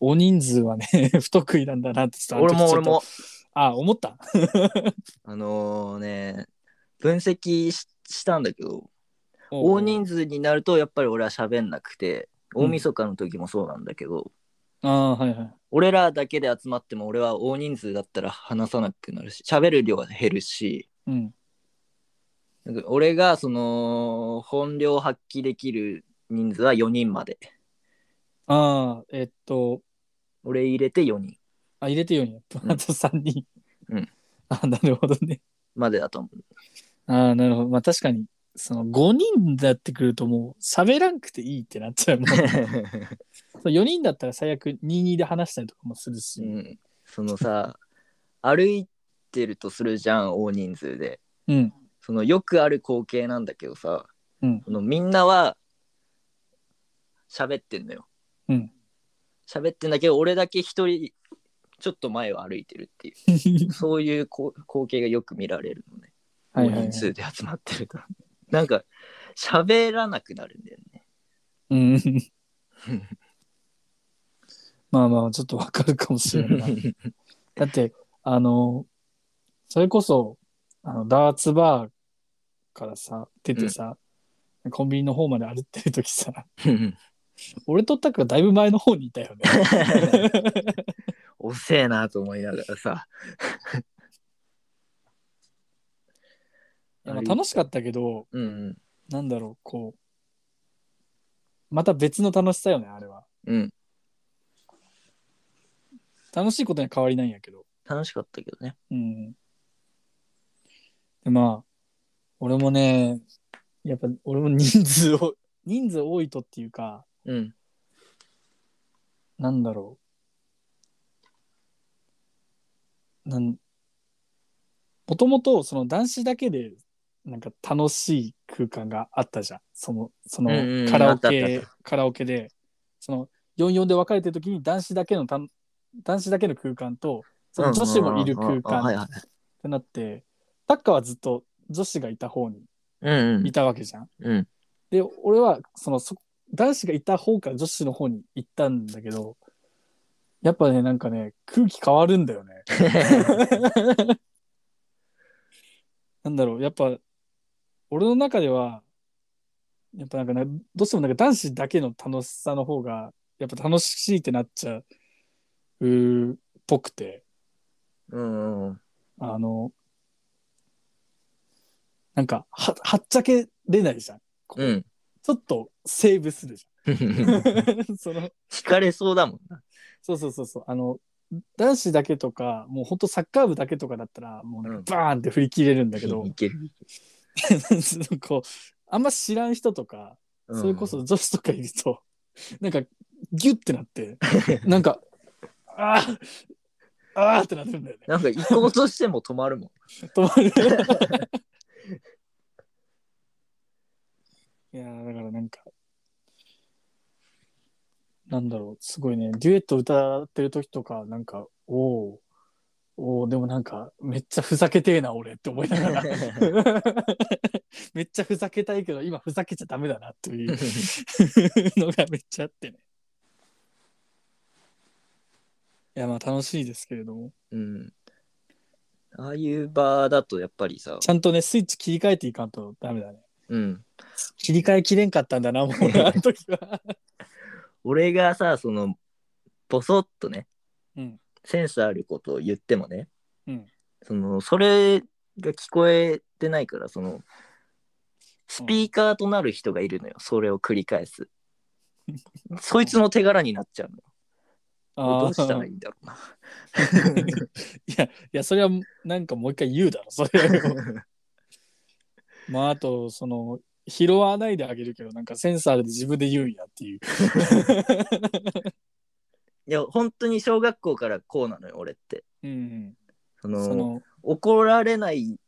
S1: 大人数はね不得意なんだなってちょっと
S2: 俺も俺
S1: ちょっ
S2: も
S1: とあ思った
S2: あのね分析ししたんだけど大人数になるとやっぱり俺は喋んなくて
S1: うん
S2: 大晦日の時もそうなんだけど、
S1: ああはいはい
S2: 俺らだけで集まっても俺は大人数だったら話さなくなるし喋る量は減るし
S1: うん
S2: なんか俺がその本領発揮できる人数は4人まで
S1: ああえっと
S2: 俺入れて4人
S1: あ入れてよにあ
S2: うん
S1: と3人
S2: うん
S1: あなるほどね
S2: までだと思う
S1: ああなるほどまあ確かにその5人になってくるともう喋らんくていいってなっちゃう もん そう4人だったら最悪22で話したりとかもするし、
S2: うん、そのさ歩いてるとするじゃん大人数で
S1: うん
S2: そのよくある光景なんだけどさ、
S1: うん
S2: そのみんなは喋ってんのよ、
S1: うん
S2: 喋ってんだけど俺だけ一人ちょっと前を歩いてるってい うそういうこう光景がよく見られるのね
S1: はい
S2: 大
S1: はいはい
S2: 人数で集まってると、なんか喋らなくなるんだよね
S1: うんまあまあちょっとわかるかもしれないだってあのそれこそあのダーツバーからさ出てさ、コンビニの方まで歩ってる時さ 俺とタクはだいぶ前の方にいたよね
S2: 遅えなと思いながらさ
S1: いやまあ楽しかったけど
S2: うん
S1: なんだろうこうまた別の楽しさよねあれは
S2: うんうん
S1: 楽しいことには変わりないんやけど
S2: 楽しかったけどね
S1: うん。で、まあ、俺もね、やっぱ俺も人数を、 人数多いとっていうか、
S2: うん
S1: なんだろう。なん、もともとその男子だけで、なんか楽しい空間があったじゃん。その、その
S2: うんうん
S1: カラオケ、
S2: あったあった
S1: カラオケで、その44で分かれてる時に男子だけのたん、男子だけの空間と、その女子もいる空
S2: うんうんうんうんはい
S1: 間
S2: はい
S1: ってなってタッカーはずっと女子がいた方に
S2: うんうん
S1: いたわけじゃん。
S2: うん
S1: で俺はそのそ男子がいた方から女子の方に行ったんだけどやっぱねなんかね空気変わるんだよね。なんだろうやっぱ俺の中ではやっぱなんかなどうしてもなんか男子だけの楽しさの方がやっぱ楽しいってなっちゃうっぽくて。
S2: うんうん
S1: あの、なんか、は、はっちゃけ出ないじゃん。こう
S2: うん
S1: ちょっとセーブするじゃ
S2: 惹
S1: ん。 その、
S2: かれそうだもんな
S1: そうそうそうそう。あの、男子だけとか、もうほんとサッカー部だけとかだったら、もうなんかバーンって振り切れるんだけど、
S2: いける、
S1: そのこう、あんま知らん人とか、
S2: うん
S1: それこそ女子とかいると、なんか、ギュッてなって、なんか、あーあーってなってるんだよね。
S2: なんか行こうとしても止まるもん
S1: 止まる。 いやーだからなんか、なんだろう、すごいね、デュエット歌ってる時とか、なんか、おーおーでもなんか、めっちゃふざけてえな、俺って思いながら。 めっちゃふざけたいけど、今ふざけちゃダメだな、と いうのがめっちゃあってね。いや、まあ楽しいですけれども。
S2: うんああいう場だとやっぱりさ
S1: ち、ゃんとね、スイッチ切り替えていかんとダメだね。
S2: うん、
S1: 切り替えきれんかったんだ な、もう、あの時は。
S2: 俺がさそのボソッとね、
S1: うん
S2: センスあることを言ってもね、
S1: うん
S2: そのそれが聞こえてないからそのスピーカーとなる人がいるのよ、それを繰り返すそいつの手柄になっちゃうのよどうしたらいい
S1: い
S2: んだろ うな
S1: や、いや、それは、なんかもう一回言うだろ、それ を。まあ、あと、その、拾わないであげるけど、なんかセンサーで自分で言うんやっていう。
S2: いや本当に小学校からこうなのよ俺って
S1: うん。
S2: その
S1: その、
S2: 怒られない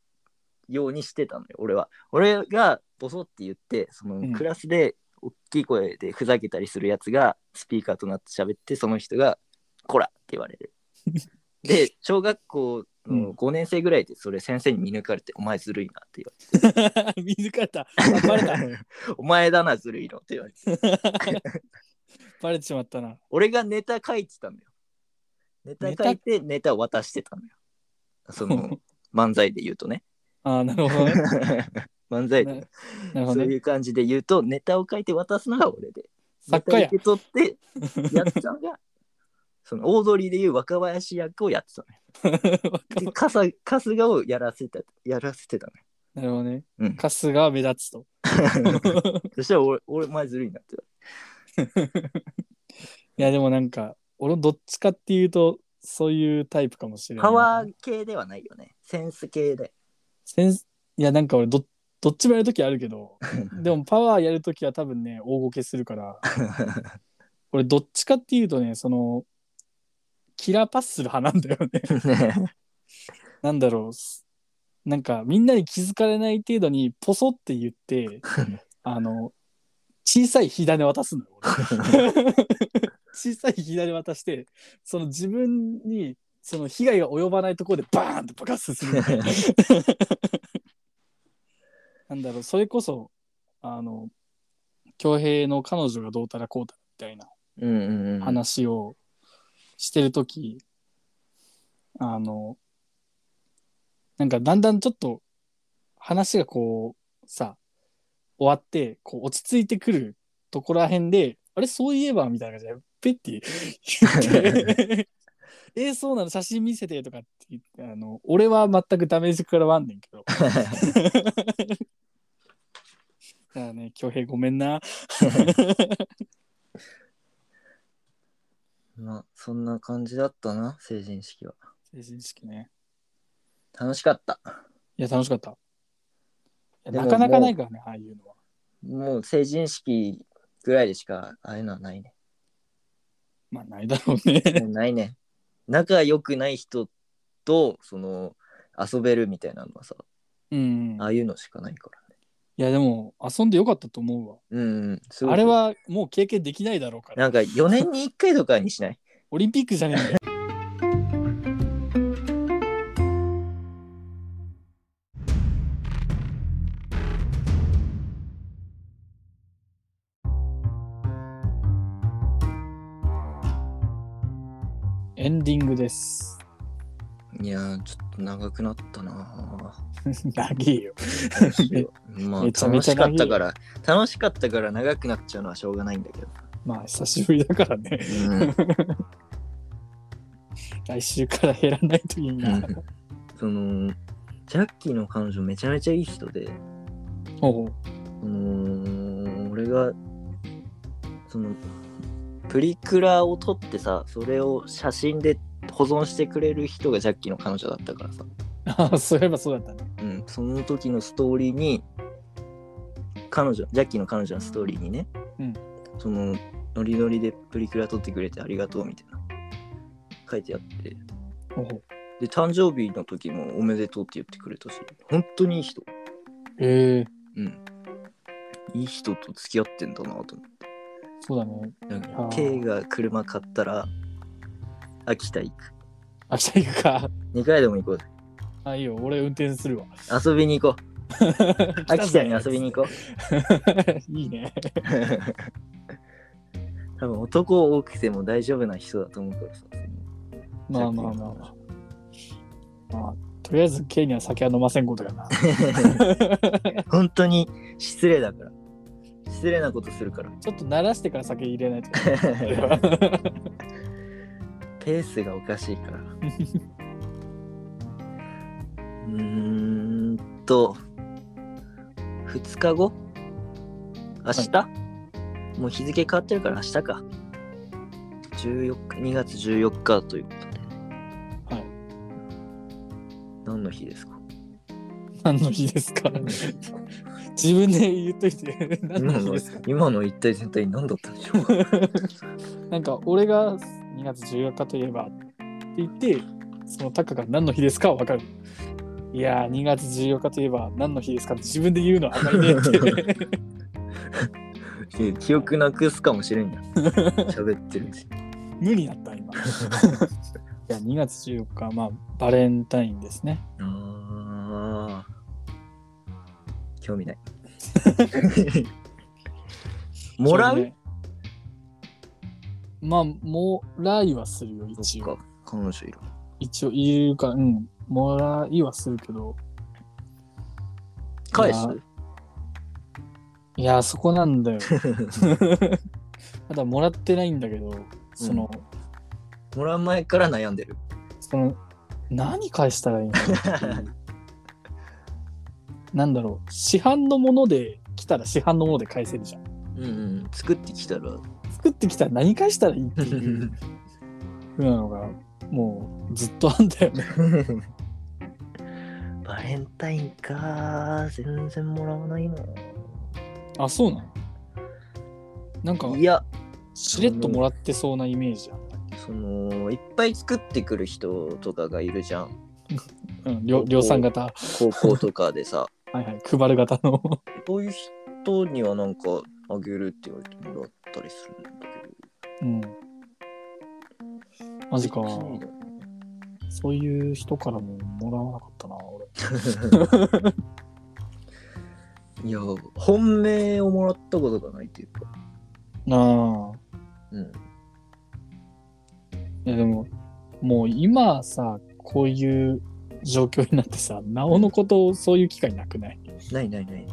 S2: ようにしてたのよ俺は俺がボソって言ってその
S1: ん
S2: クラスで大きい声でふざけたりするやつがスピーカーとなって喋ってその人が「こら!」って言 われるで小学校
S1: う
S2: の
S1: ん
S2: 5年生ぐらいでそれ先生に見抜かれて「お前ずるいな」って言われ て
S1: 見抜かれた。あバレた。
S2: 「お前だなずるいの」って言われて
S1: バレてしまったな。
S2: 俺がネタ書いてたのよネタ書いてネタを渡してたのよ その漫才で言うとね
S1: ああ、なるほどね。
S2: 漫才で
S1: ななるほ
S2: そ
S1: ど
S2: う
S1: ね。
S2: いう感じで言うと、ネタを書いて渡すのが俺で。
S1: 作家や
S2: ネタを受け取って、やってたのが、 その大通りでいう若林役をやってたのよ。 で、春日春日をやらせてた、やらせ てたのよ。
S1: なるほどね
S2: うん。
S1: カスが目立つと。
S2: そしたら俺、俺、お前ずるいなって。
S1: いや、でもなんか、俺もどっちかっていうと、そういうタイプかもしれない。
S2: パワー系ではないよね。センス系で。
S1: センスいや、なんか俺ど、どっちもやるときあるけど、でもパワーやるときは多分ね、大ごけするから、俺どっちかっていうとね、その、キラーパスする派なんだよね。 なんだろうす。なんか、みんなに気づかれない程度に、ポソって言って、あの、小さい火種渡すのよ、俺小さい火種渡して、その自分に、その被害が及ばないところでバーンと爆発する。なんだろう、それこそ、あの、恭平の彼女がどうたらこうたらみたいな
S2: うんうんうん。
S1: 話をしてるとき、あの、なんかだんだんちょっと話がこう、さ、終わって、こう落ち着いてくるところらへんで、あれ、そういえばみたいな感じで、ペッて言 って、えー、そうなの写真見せてとかって言って、あの、俺は全くダメージ食らわんねん けど。 だからね、恭平ごめんな。
S2: まあ、そんな感じだったな、成人式は。
S1: 成人式ね。
S2: 楽しかった。
S1: いや、楽しかった。いや
S2: でも
S1: なかなかないからね、ああいうのは。
S2: もう成人式ぐらいでしか、ああいうのはないね。
S1: まあ、ないだろう ね。
S2: もうないね。仲良くない人と、その、遊べるみたいなのはさ、
S1: うん。
S2: ああいうのしかないからね。
S1: いや、でも、遊んでよかったと思うわ。
S2: うん、うんすごく
S1: あれはもう経験できないだろうから。
S2: なんか4年に1回とかにしない
S1: オリンピックじゃねえんだよ。エンディングです。
S2: いやー、ちょっと長くなったな
S1: 長えよ。
S2: ぁ まあ、
S1: めちゃめ
S2: 楽
S1: ちゃ
S2: しか
S1: 長い
S2: ったから、楽しかったから長くなっちゃうのはしょうがないんだけど。
S1: まあ、久しぶりだからね。
S2: うん、
S1: 来週から減らないといいな。
S2: その、ジャッキーの彼女めちゃめちゃいい人で、
S1: おう
S2: その俺がそのプリクラを撮ってさそれを写真で保存してくれる人がジャッキーの彼女だったからさ、
S1: ああ、 そういえばそうだったね。
S2: うん、その時のストーリーに彼女ジャッキーの彼女のストーリーにね、
S1: うん
S2: そのノリノリでプリクラ撮ってくれてありがとうみたいな書いてあって
S1: おう
S2: で誕生日の時もおめでとうって言ってくれたし本当にいい人
S1: ええ
S2: うんいい人と付き合ってんだなと思って。
S1: そうだね。
S2: なん
S1: あ
S2: か
S1: ー
S2: K が車買ったら秋田行く
S1: 明日行くか。
S2: 2回でも行こうぜ
S1: あ、いいよ。俺運転するわ。
S2: 遊びに行こう秋田に
S1: 来たぜ
S2: 遊びに行こ
S1: いいね。
S2: う 多分男多くても大丈夫な人だと思うからさ
S1: まあまあまあまあ。 まあ、とりあえず、ケイには酒は飲ませんことやな。
S2: 本当に失礼だから失礼なことす るから
S1: ちょっと慣らしてから酒入れ ないと。
S2: ペースがおかしいから うーんと2日後明日、もう日付変わってるから明日か14日2月14日ということで
S1: はい
S2: 何の日ですか
S1: 何の日ですか 自分で言っといて、 何
S2: 今
S1: の日
S2: の
S1: ですか
S2: 今の一体全体何だったんでしょうか
S1: なんか、俺が2月14日といえばって言って、そのタカが何の日ですかは分かる。いやー、2月14日といえば何の日ですかって自分で言うのはあんまりねって。
S2: え記憶なくすかもしれ んやん喋ってるうちに
S1: 無になった、 今。いや、2月14日、まあ、バレンタインですね。
S2: あー興 味ないもら
S1: そうねまあ、もらいはするよ、一応。
S2: か彼女いる
S1: 一応、言うか、うん。もらいはするけど、
S2: 返す
S1: まいやー、そこなん だよ。まだもらってないんだけど、その、
S2: もらう前から悩んでる
S1: その何返した らいいのかっていうなんだろう市販のもので来たら市販のもので返せるじゃん
S2: うんうん作ってきたら
S1: 作ってきたら何返したらいいって いうふうなのがもうずっとあんだよね
S2: バレンタインか全然もらわないな
S1: あそうなのなんか
S2: いや
S1: しれっともらってそうなイメージや、
S2: そのいっぱい作ってくる人とかがいるじゃん
S1: うん、量量産型は
S2: 高校とかでさ
S1: いはい配る型の
S2: そういう人にはなんかあげるって言われてもらったりするんだけど
S1: うんマジか
S2: 別に
S1: そういう人からももらわなかったな俺
S2: いや本命をもらったことがないっていうか
S1: ああ
S2: うん
S1: いやでも、もう今さ、こういう状況になってさ、なおのことそういう機会なくない
S2: ないないない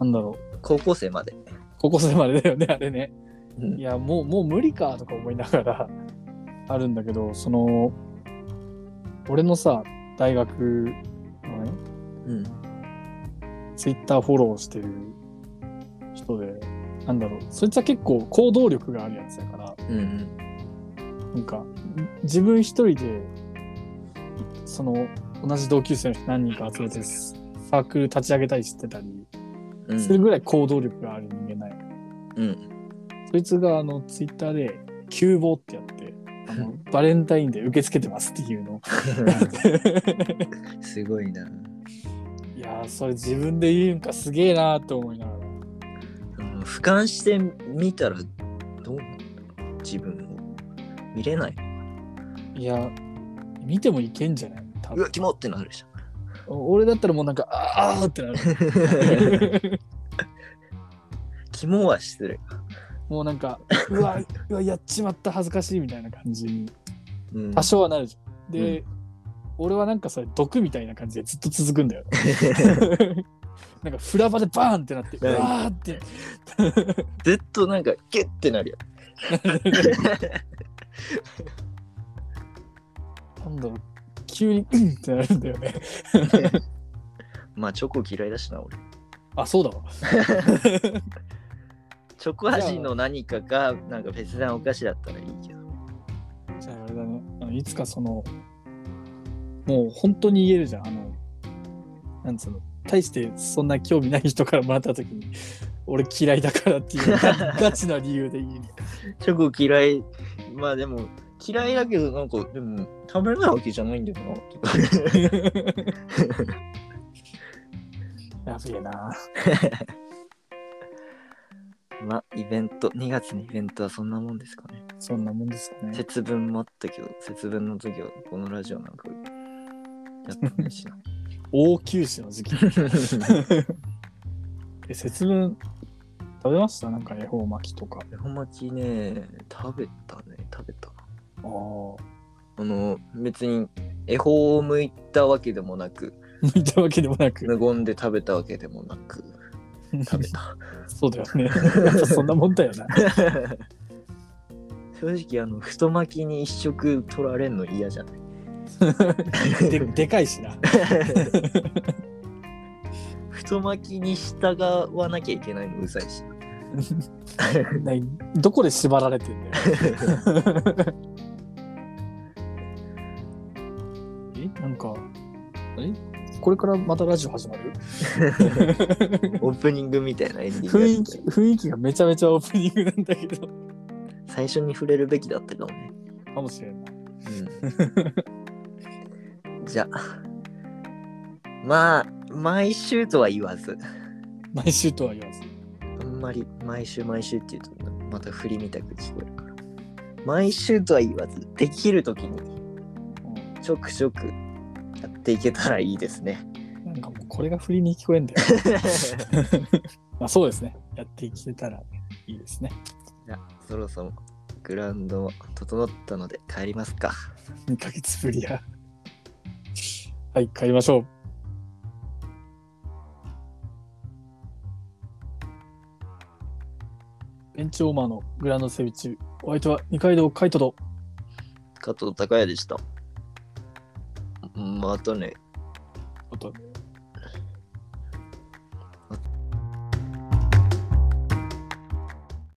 S1: なんだろ
S2: 高校生まで、
S1: う、高校生までだよね、 あれね。
S2: うん
S1: いや、もう、もう無理かとか思いながら あるんだけど、その、俺のさ、大学のね、
S2: うん、
S1: ツイッターフォローしてる人で、なんだろう、そいつは結構行動力があるやつだから、
S2: うんうん
S1: なんか自分一人でその同じ同級生の人何人か集めてサークル立ち上げたりしてたり
S2: うん
S1: するぐらい行動力がある人間ない、
S2: うん
S1: そいつがあのツイッターで「急募」ってやってあ のバレンタインで受け付けてますっていうの
S2: すごいない
S1: やーそれ自分で言うんかすげえなーって思いながら
S2: うん俯瞰してみたらどうなんだろう自分を見れない
S1: いや見てもいけんじゃない多
S2: うわ
S1: 分
S2: キモってな るじゃん
S1: 俺だったらもうなんかあーあーってなる
S2: キモは失礼
S1: もうなんかうわうわやっちまった恥ずかしいみたいな感じに
S2: うん
S1: 多少はなるじゃん。で、俺はなんかそれ毒みたいな感じでずっと続くんだ よ。なんかフラバでバーンってなって、う
S2: はい
S1: わーって。
S2: ずっとなんかギュッてなるよ
S1: なんだろう、急にうんってなるんだよね。
S2: まあチョコ嫌いだしな俺
S1: あ、そうだわ。
S2: チョコ味の何かがなんか別なお菓子だったらいいけど
S1: じゃああれだね。あのいつかその、もう本当に言えるじゃん。あの、なんつうの、大してそんな興味ない人からもらった時に、俺嫌いだからっていうガガチな理由で言うに。
S2: チョコ嫌いまあでも嫌いだけどなんかでも食べれないわけじゃないんだよな
S1: やべえな。
S2: まあイベント2月のイベントはそんなもんですかね
S1: そんなもんですかね。
S2: 節分もあったけど節分の時はこのラジオなんかやってない しな
S1: 応急死の時期。え、節分、食べましたなんか恵方巻きとか。
S2: 恵方巻きね食べたね食べた
S1: ああ。
S2: あの別に恵方を向いたわけでもなく
S1: 抜いたわけでもなく。
S2: 無言で食べたわけでもなく食べた
S1: そうだよね。やっぱそんなもんだよな。
S2: 正直あの太巻きに一食取られんの嫌じゃない
S1: ででかいしな。
S2: 太巻きに従わなきゃいけないのうざい し
S1: などこで縛られて んだよ。えなんか、えこれからまたラジオ始まる
S2: オープニングみたいなエンディング
S1: 雰
S2: や
S1: 囲
S2: っ
S1: 気
S2: た
S1: 雰囲気がめちゃめちゃオープニングなんだけど。
S2: 最初に触れるべきだったかもね、
S1: かもしれんない。
S2: う んじゃあ、まあ、毎週とは言わず、
S1: 毎週とは言わず。
S2: あんまり毎週毎週って言うと、また振りみたく聞こえるから。毎週とは言わず、できるときに、
S1: う
S2: ちょくちょくやっていけたらいいです ね。
S1: んなんかもうこれが振りに聞こえんだよ。 まあそうですね。やっていけたらいいですね。
S2: じゃあそろそろグラウンドも整ったので帰りますか。
S1: 2ヶ月ぶりや。はい、帰りましょう。ベンチオーマーのグランドセビッチ、お相手は二階堂海斗と、
S2: 加藤隆也でした。またね。
S1: あと、